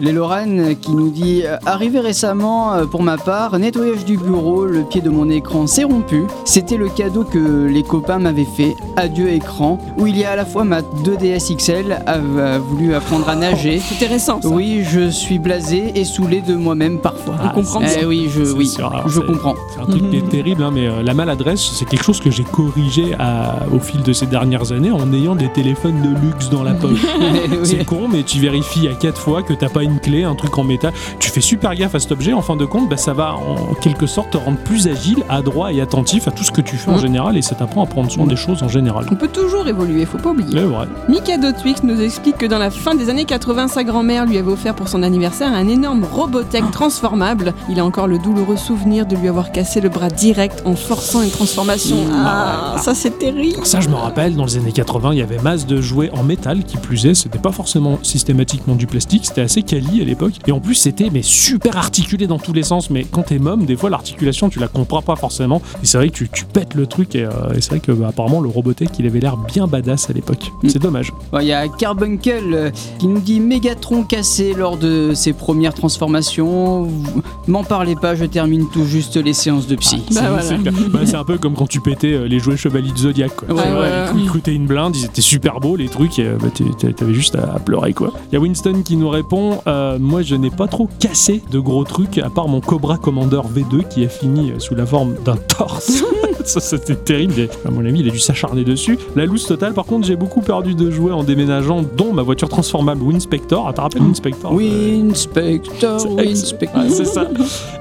Les Lorraine qui nous dit euh, Arrivé récemment, euh, pour ma part, nettoyage du bureau, le pied de mon écran s'est rompu. C'était le cadeau que les copains m'avaient fait, adieu écran, où il y a à la fois ma 2DS XL a, a voulu apprendre à nager. C'est intéressant, ça. Oui, je suis blasé et saoulé de moi-même parfois. Ah, comprend c'est- bien. Eh oui, je, c'est oui, sûr, alors je c'est- comprends. C'est un truc qui est terrible, hein, mais euh, la maladresse, c'est quelque chose que j'ai corrigé à- au fil de ces dernières années en ayant des téléphones de luxe dans la poche. Eh oui. C'est con, mais tu vérifies à quatre fois que t'as pas une clé, un truc en métal. Tu fais super gaffe à cet objet. En fin de compte, bah, ça va en quelque sorte te rendre plus agile, adroit et attentif à tout ce que tu fais en Mm. général, et ça t'apprend à prendre soin des choses en général. On peut toujours évoluer, faut pas oublier. C'est vrai. Mikado Twix nous explique que dans la fin des années 80, sa grand-mère lui avait offert pour son anniversaire un énorme Ah. Robotech transformable. Il a encore le douloureux souvenir de lui avoir cassé le bras direct en forçant une transformation. Mmh. Ah, ça c'est terrible. Alors ça, je me rappelle, dans les années 80, il y avait masse de jouets en métal qui plus est. C'était pas forcément systématiquement du plastique, c'était assez quali à l'époque. Et en plus, c'était mais super articulé dans tous les sens. Mais quand t'es môme, des fois, l'articulation, tu la comprends pas forcément. Et c'est vrai que tu, tu pètes le truc. Et, euh, et c'est vrai que, bah, apparemment, le Robotech, il avait l'air bien badass à l'époque. Mm. C'est dommage. Bon, Il y a Carbuncle euh, qui nous dit Mégatron cassé lors de ses premières transformations. Vous- M'en parlez pas, je termine tout juste les séances de psy. C'est- Bah voilà. c'est clair. Bah, c'est un peu comme quand tu pétais euh, les jouets Chevaliers de Zodiac. Quoi. Ouais, C'est vrai, ouais. ils cou- Ils coûtaient une blinde, ils étaient super beaux les trucs, et, euh, bah, t'es- t'es- t'avais juste à, à pleurer quoi. Il y a Winston qui nous répond euh, Moi je n'ai pas trop cassé de gros trucs, à part mon Cobra Commander V2 qui a fini euh, sous la forme d'un torse. Ça c'était terrible, et à mon avis il a dû s'acharner dessus. La loose totale, par contre j'ai beaucoup perdu de jouets en déménageant, dont ma voiture transformable Winspector. Ah, t'as Oh. rappelé Winspector euh, Winspector, c'est ex- Winspector. Ouais, c'est ça.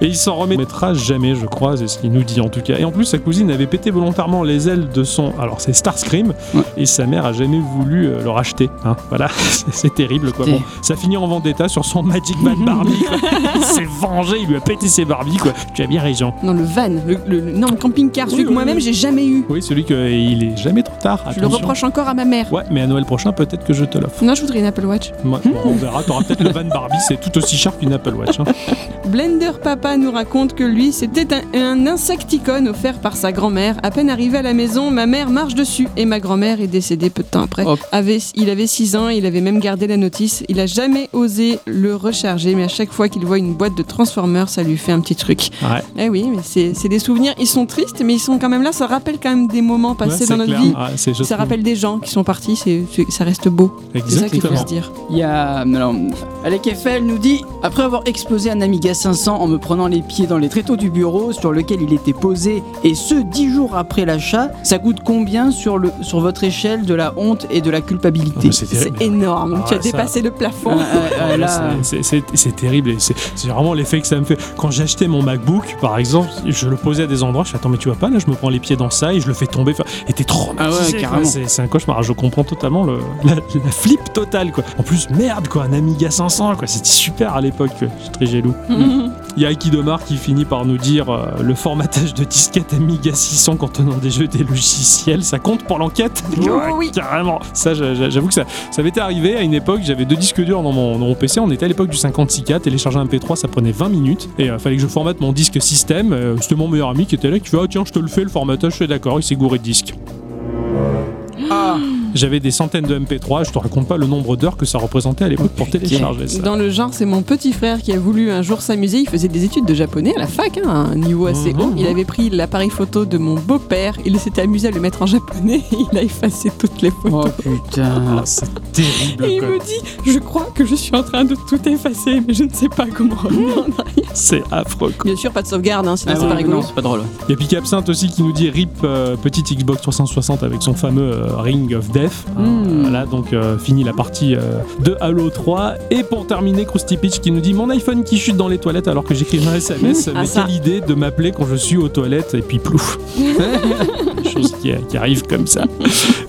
Et il s'en remettra jamais, je crois, c'est ce qu'il nous dit en tout cas. Et en plus, sa cousine avait pété volontairement les ailes de son. Alors, c'est Starscream, Ouais. et sa mère a jamais voulu euh, le racheter. hein. Voilà, c'est c'est terrible quoi. Putain. Bon, ça finit en vendetta sur son Magic Man Barbie. quoi. il s'est vengé, il lui a pété ses Barbies quoi. Tu as bien raison. Non, le van, le, le- l'énorme camping-car, celui Oui, que oui, moi-même oui. j'ai jamais eu. Oui, celui que et il est jamais trop tard. Je le attention. reproche encore à ma mère. Ouais, mais à Noël prochain, peut-être que je te l'offre. Non, je voudrais une Apple Watch. Ouais, bon, on verra, t'auras peut-être le van Barbie, c'est tout aussi cher qu'une Apple Watch. hein. Blender Papa nous raconte que lui, c'était un, un insecticone offert par sa grand-mère. À peine arrivé à la maison, ma mère marche dessus et ma grand-mère est décédée peu de temps après. Oh. Hop. Avait- il avait 6 ans, il avait même gardé la notice. Il a jamais osé le recharger, mais à chaque fois qu'il voit une boîte de Transformers, ça lui fait un petit truc. Ouais. Eh oui, mais c'est c'est des souvenirs. Ils sont tristes, mais ils sont quand même là. Ça rappelle quand même des moments Ouais, passés c'est dans notre clair. vie. Ouais, c'est- je Ça trouve- rappelle des gens qui sont partis. c'est c'est- ça reste beau. C'est ça qu'il faut Exactement. se dire. Il y a. Alors, Alec Eiffel nous dit Après avoir explosé un Amiga 500 en me prenant les pieds dans les tréteaux du bureau sur lequel il était posé, et ce 10 jours après l'achat, ça coûte combien sur, le, sur votre échelle de la honte et de la Ah, culpabilité mais c'est terrible. C'est énorme. Ah, tu as ça- dépassé le Oh, plafond. Ah, ah, ah, Ouais, là, c'est- c'est- C'est c'est terrible et c'est c'est vraiment l'effet que ça me fait. Quand j'ai acheté mon MacBook, par exemple, je le posais à des endroits, je fais attends mais tu vois pas là, je me prends les pieds dans ça et je le fais tomber. Enfin, Et t'es traumatisé. Ah ouais, quoi. carrément. C'est c'est un cauchemar. Je comprends totalement le, la, la flip totale quoi. En plus merde quoi, un Amiga 500 quoi, c'était super à l'époque. quoi. Je suis très jaloux. Il y a Akidomar qui finit par nous dire euh, le formatage de disquette Amiga 600 contenant des jeux et des logiciels, ça compte pour l'enquête Oh Ouais, oui. Carrément Ça, j'a- j'a- j'avoue que ça, ça m'était arrivé à une époque, j'avais deux disques durs dans mon, dans mon PC, on était à l'époque du 56K, télécharger un P3, ça prenait 20 minutes, et euh, fallait que je formate mon disque système, euh, c'était mon meilleur ami qui était là, qui fait Ah tiens, je te le fais, le formatage, je suis d'accord, il s'est gouré de disques. ah, J'avais des centaines de MP3, je te raconte pas le nombre d'heures que ça représentait à l'époque Oh, pour putain. télécharger ça. Dans le genre, c'est mon petit frère qui a voulu un jour s'amuser. Il faisait des études de japonais à la fac, hein, à un niveau assez Mhm, haut. Il mhm. avait pris l'appareil photo de mon beau-père. Il s'était amusé à le mettre en japonais. Il a effacé toutes les oh photos. putain. Ah, c'est terrible Et il quoi. me dit, je crois que je suis en train de tout effacer, mais je ne sais pas comment Mhm. revenir en arrière. c'est affreux quoi. Bien sûr, pas de sauvegarde, hein, sinon Ah c'est pas ouais, rigolo. non, c'est pas drôle. Il y a Pic Absinthe aussi qui nous dit RIP euh, petite Xbox 360 avec son fameux euh, Ring of Death. Hein, Mm. Hmm. euh, là donc euh, fini la partie euh, de Halo 3. Et pour terminer, Krusty Peach qui nous dit mon iPhone qui chute dans les toilettes alors que j'écris un SMS. Ah, mais ça. quelle idée de m'appeler quand je suis aux toilettes et puis plouf. Chose qui, euh, qui arrive comme ça.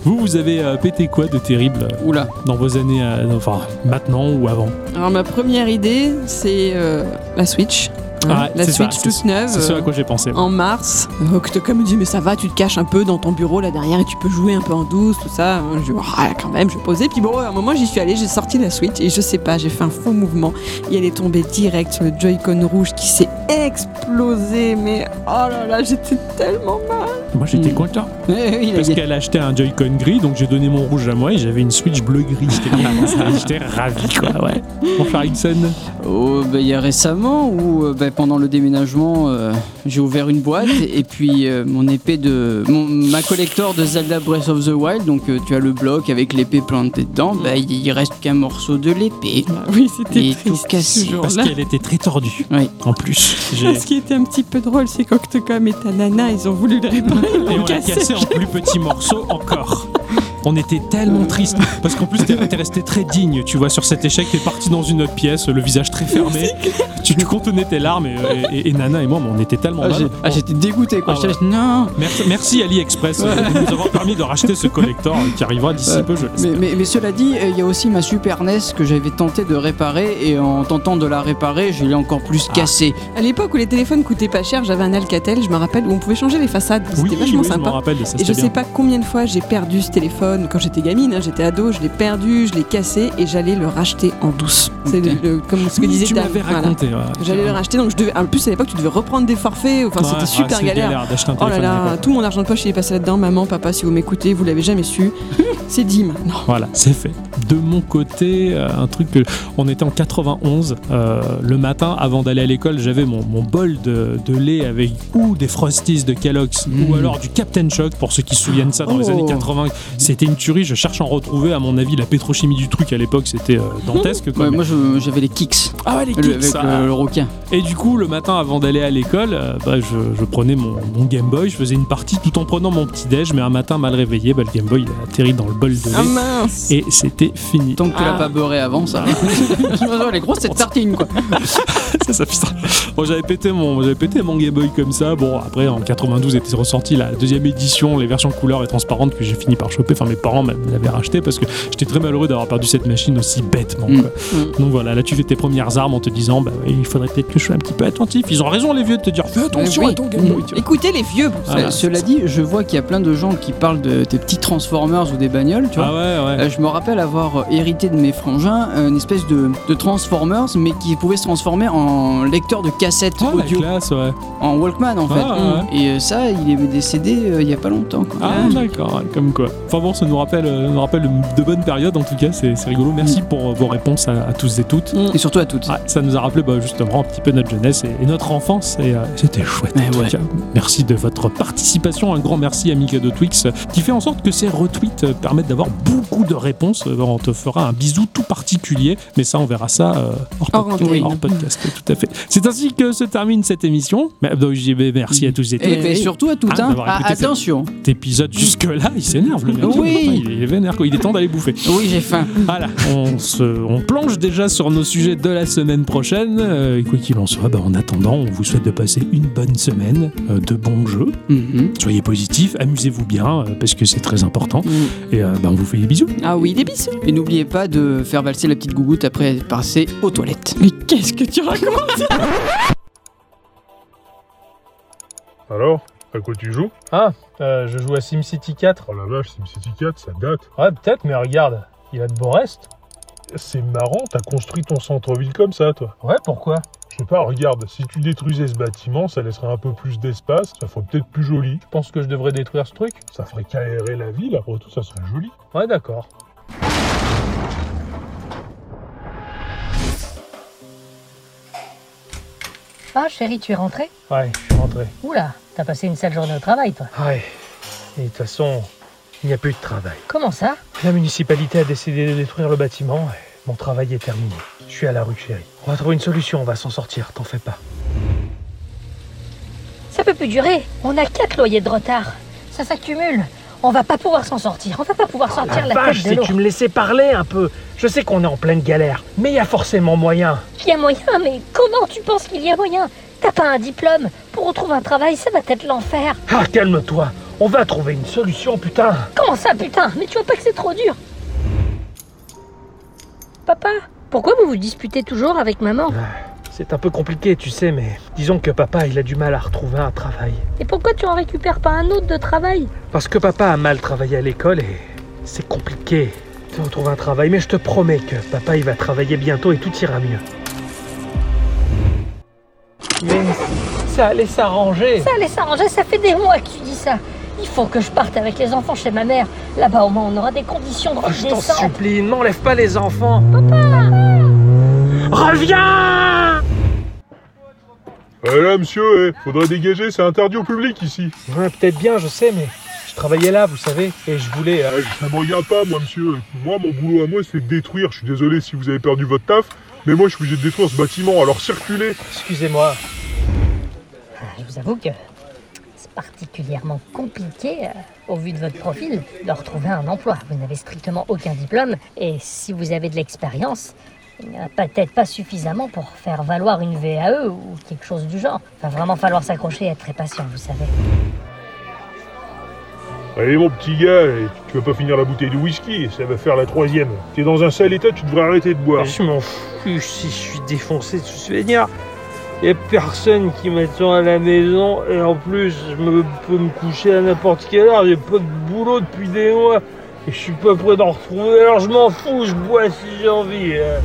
Vous, vous avez euh, pété quoi de terrible euh, Oula. dans vos années, euh, enfin maintenant ou avant Alors ma première idée, c'est euh, la Switch. Ah Ouais, La c'est ça, Switch c'est toute ça. neuve. C'est ce euh, à quoi j'ai pensé. en mars. Euh, Octocom me dit mais ça va, tu te caches un peu dans ton bureau là derrière et tu peux jouer un peu en douce, tout ça. Moi, Je dis ah, quand même, je posais. Puis bon, à un moment j'y suis allée, j'ai sorti la Switch et je sais pas, j'ai fait un faux mouvement et elle est tombée direct sur le Joy-Con rouge qui s'est explosé. Mais oh là là, j'étais tellement mal. Moi j'étais Hmm. content Ouais, oui, il a parce gagné. qu'elle achetait un Joy-Con gris, donc j'ai donné mon rouge à moi et j'avais une Switch bleu gris. J'étais content. J'étais ravi quoi, Ah ouais. Mon cher Ixon. Oh, bah, il y a récemment où euh, bah, pendant le déménagement, euh, j'ai ouvert une boîte et puis euh, mon épée de. mon- ma collector de Zelda Breath of the Wild, donc euh, tu as le bloc avec l'épée plantée dedans, bah, il il reste qu'un morceau de l'épée. Ah Oui, Et c'était tout cassé. triste ce Parce jour-là. qu'elle était très tordue. Oui. En plus, j'ai Ce qui était un petit peu drôle, c'est qu'Octocom et ta nana, ils ont voulu le réparer. ils et l'ont on l'a cassé. cassé en plus petits morceaux encore. On était tellement tristes parce qu'en plus t'es t'es resté très digne, tu vois, sur cet échec, t'es parti dans une autre pièce, le visage très fermé, tu, tu contenais tes larmes et, euh, et- et Nana et moi, mais on était tellement Ah, mal. j'ai- ah, j'étais dégoûté quoi. Ah, J'étais là, non, Merci, merci AliExpress de nous avoir permis de racheter ce collector qui arrivera d'ici Ouais. peu. Je Mais, l'espère. mais- mais cela dit, euh, il y a aussi ma Super NES que j'avais tenté de réparer et en tentant de la réparer, je l'ai encore plus cassée. À l'époque où les téléphones coûtaient pas cher, j'avais un Alcatel, je me rappelle, où on pouvait changer les façades. C'était oui, vachement oui, je me sympa. rappelle de ça. Et je c'était sais bien. pas combien de fois j'ai perdu ce téléphone quand j'étais gamine, hein, j'étais ado, je l'ai perdu, je l'ai cassé et j'allais le racheter en douce. C'est le- le- comme ce que Oui, disait tu Dan, m'avais voilà. raconté. ouais. J'allais le racheter, donc je devais. En plus, à l'époque, tu devais reprendre des forfaits, enfin, Ouais, c'était ah, super c'est galère. d'acheter un Oh là téléphone à là, l'époque. tout mon argent de poche il est passé là-dedans. Maman, papa, si vous m'écoutez, vous l'avez jamais su. C'est dit maintenant. Voilà, c'est fait. De mon côté, euh, un truc que. On était en 91. euh, le matin, avant d'aller à l'école, j'avais mon, mon bol de, de lait avec ou des Frosties de Kellogg's Mm. ou alors du Captain Shock, pour ceux qui se souviennent ça dans les Oh. années 80. C'était une tuerie. Je cherche à en retrouver, à mon avis, la pétrochimie du truc à l'époque, c'était euh, dantesque. Quoi, Ouais, mais- moi je- j'avais les kicks, Ah ouais, les le- kicks, avec ça. le, le requin. Et du coup, le matin, avant d'aller à l'école, euh, bah, je, je prenais mon, mon Game Boy, je faisais une partie tout en prenant mon petit déj, mais un matin mal réveillé, bah, le Game Boy il a atterri dans le bol de Ah lait mince et c'était fini. Tant que tu l'as Ah. pas beurré avant, ça. Elle est grosse cette tartine quoi. ça, ça fait ça. Bon, j'avais pété mon, j'avais pété mon Game Boy comme ça. Bon, après en 92 était ressortie la deuxième édition, les versions couleur et transparentes que j'ai fini par choper. Enfin, mes parents m'a- me l'avaient racheté parce que j'étais très malheureux d'avoir perdu cette machine aussi bêtement. Mm. quoi. Donc voilà, là tu fais tes premières armes en te disant, bah, il faudrait peut-être que je sois un petit peu attentif. Ils ont raison les vieux de te dire, fais attention oui. à ton Game Boy. tu vois. Écoutez les vieux, vous Ah, Euh, Cela dit, je vois qu'il y a plein de gens qui parlent de tes petits Transformers ou des bagnoles, tu vois. Ah ouais, ouais. Euh, je me rappelle avoir euh, hérité de mes frangins euh, une espèce de, de Transformers, mais qui pouvait se transformer en lecteur de cassette Ah, la audio, classe, ouais. en Walkman en Ah, fait. ouais. Et euh, ça, il est décédé euh, il y a pas longtemps. quoi. Ah, d'accord, ouais, comme quoi. Enfin bon, ça nous rappelle, euh, nous rappelle de bonnes périodes, en tout cas, c'est c'est rigolo. Merci pour euh, vos réponses à, à tous et toutes. Et surtout à toutes. Ouais, ça nous a rappelé bah, justement un petit peu notre jeunesse et, et notre enfance, et euh, c'était chouette. en Eh tout ouais. cas. Merci de votre participation. Un grand merci à Mika de Twix, euh, qui fait en sorte que ces retweets euh, permettent d'avoir beaucoup de réponses. Euh, On te fera un bisou tout particulier, mais ça, on verra ça euh, hors, Hors pod- antenne. hors podcast. Tout à fait. C'est ainsi que se termine cette émission. Bah, Mais, donc, JB, merci à tous et toutes. Et, et surtout à toutes, Ah, hein. d'avoir Ah, écouté ça. attention. cet épisode jusque-là, il s'énerve le mec. Oui. Putain, Il est vénère quoi. Il est temps d'aller bouffer. Oui, j'ai faim. Voilà, on, se, on plonge déjà sur nos sujets de la semaine prochaine. Euh, quoi qu'il en soit, bah, en attendant, on vous souhaite de passer une bonne semaine, euh, de bons jeux. Mhm. Soyez positifs, amusez-vous bien, euh, parce que c'est très important. Mhm. Et euh, bah, on vous fait des bisous. Ah oui, des bisous Et n'oubliez pas de faire valser la petite gougoute après être passé aux toilettes. Mais qu'est-ce que tu racontes Alors À quoi tu joues Ah, euh, je joue à SimCity 4. Oh la vache, SimCity 4, ça date. Ouais, peut-être, mais regarde, il a de beaux restes. C'est marrant, t'as construit ton centre-ville comme ça, toi. Ouais, pourquoi Je sais pas, regarde, si tu détruisais ce bâtiment, ça laisserait un peu plus d'espace, ça ferait peut-être plus joli. Je pense que je devrais détruire ce truc. Ça ferait qu'aérer la ville, après tout, ça serait joli. Ouais, d'accord. Ah, chérie, tu es rentrée Ouais, je suis rentré. Oula, t'as passé une sale journée au travail, toi. Ouais. Et de toute façon, il n'y a plus de travail. Comment ça La municipalité a décidé de détruire le bâtiment. et Mon travail est terminé. Je suis à la rue, chérie. On va trouver une solution, on va s'en sortir, t'en fais pas. Ça peut plus durer. On a quatre loyers de retard. Ça s'accumule. On va pas pouvoir s'en sortir. On va pas pouvoir sortir la, Ah, vache, tête de si l'eau. tu me laissais parler un peu. Je sais qu'on est en pleine galère, mais il y a forcément moyen. Il y a moyen, mais comment tu penses qu'il y a moyen T'as pas un diplôme. Pour retrouver un travail, ça va être l'enfer. Ah, calme-toi. On va trouver une solution, putain. Comment ça, putain Mais tu vois pas que c'est trop dur Papa, pourquoi vous vous disputez toujours avec maman Ah, C'est un peu compliqué, tu sais, mais disons que papa, il a du mal à retrouver un travail. Et pourquoi tu en récupères pas un autre de travail Parce que papa a mal travaillé à l'école et c'est compliqué de retrouver un travail. Mais je te promets que papa, il va travailler bientôt et tout ira mieux. Mais ça allait s'arranger. Ça allait s'arranger, ça fait des mois que tu dis ça. Il faut que je parte avec les enfants chez ma mère. Là-bas, au moins, on aura des conditions de Oh, vie je t'en décentes. supplie, ne m'enlève pas les enfants. Papa Reviens Eh là, monsieur, eh, faudrait dégager, c'est interdit au public ici. Ouais, peut-être bien, je sais, mais je travaillais là, vous savez, et je voulais. euh, Eh, ça me regarde pas, moi, monsieur. Moi, mon boulot à moi, c'est de détruire. Je suis désolé si vous avez perdu votre taf, mais moi, je suis obligé de détruire ce bâtiment, alors circulez. Excusez-moi. Je vous avoue que c'est particulièrement compliqué, euh, au vu de votre profil, de retrouver un emploi. Vous n'avez strictement aucun diplôme, et si vous avez de l'expérience, il n'y en a peut-être pas suffisamment pour faire valoir une VAE ou quelque chose du genre. Il va vraiment falloir s'accrocher et être très patient, vous savez. Allez, mon petit gars, eh, tu vas pas finir la bouteille de whisky, ça va faire la troisième. T'es dans un sale état, tu devrais arrêter de boire. Je m'en fous si je suis défoncé de ce souvenir. Y a personne qui m'attend à la maison et en plus je me, peux me coucher à n'importe quelle heure, j'ai pas de boulot depuis des mois et je suis pas prêt d'en retrouver alors je m'en fous, je bois si j'ai envie. euh.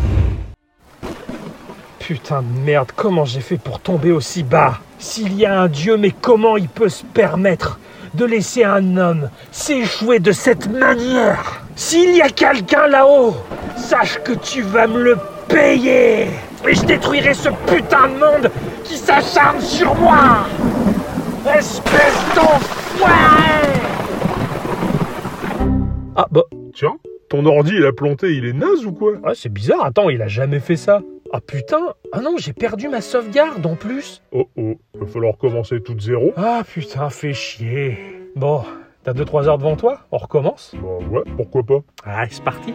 Putain de merde, comment j'ai fait pour tomber aussi bas S'il y a un dieu, mais comment il peut se permettre de laisser un homme s'échouer de cette manière S'il y a quelqu'un là-haut, sache que tu vas me le payer Et je détruirai ce putain de monde qui s'acharne sur moi Espèce d'enfoiré Ah bah, Tiens, ton ordi, il a planté, il est naze ou quoi ah, c'est bizarre, attends, il a jamais fait ça ah putain Ah non, j'ai perdu ma sauvegarde en plus Oh oh, va falloir commencer toute zéro. Ah putain, fais chier. Bon, t'as 2-3 heures devant toi On recommence Bah ouais, pourquoi pas. Allez, c'est parti.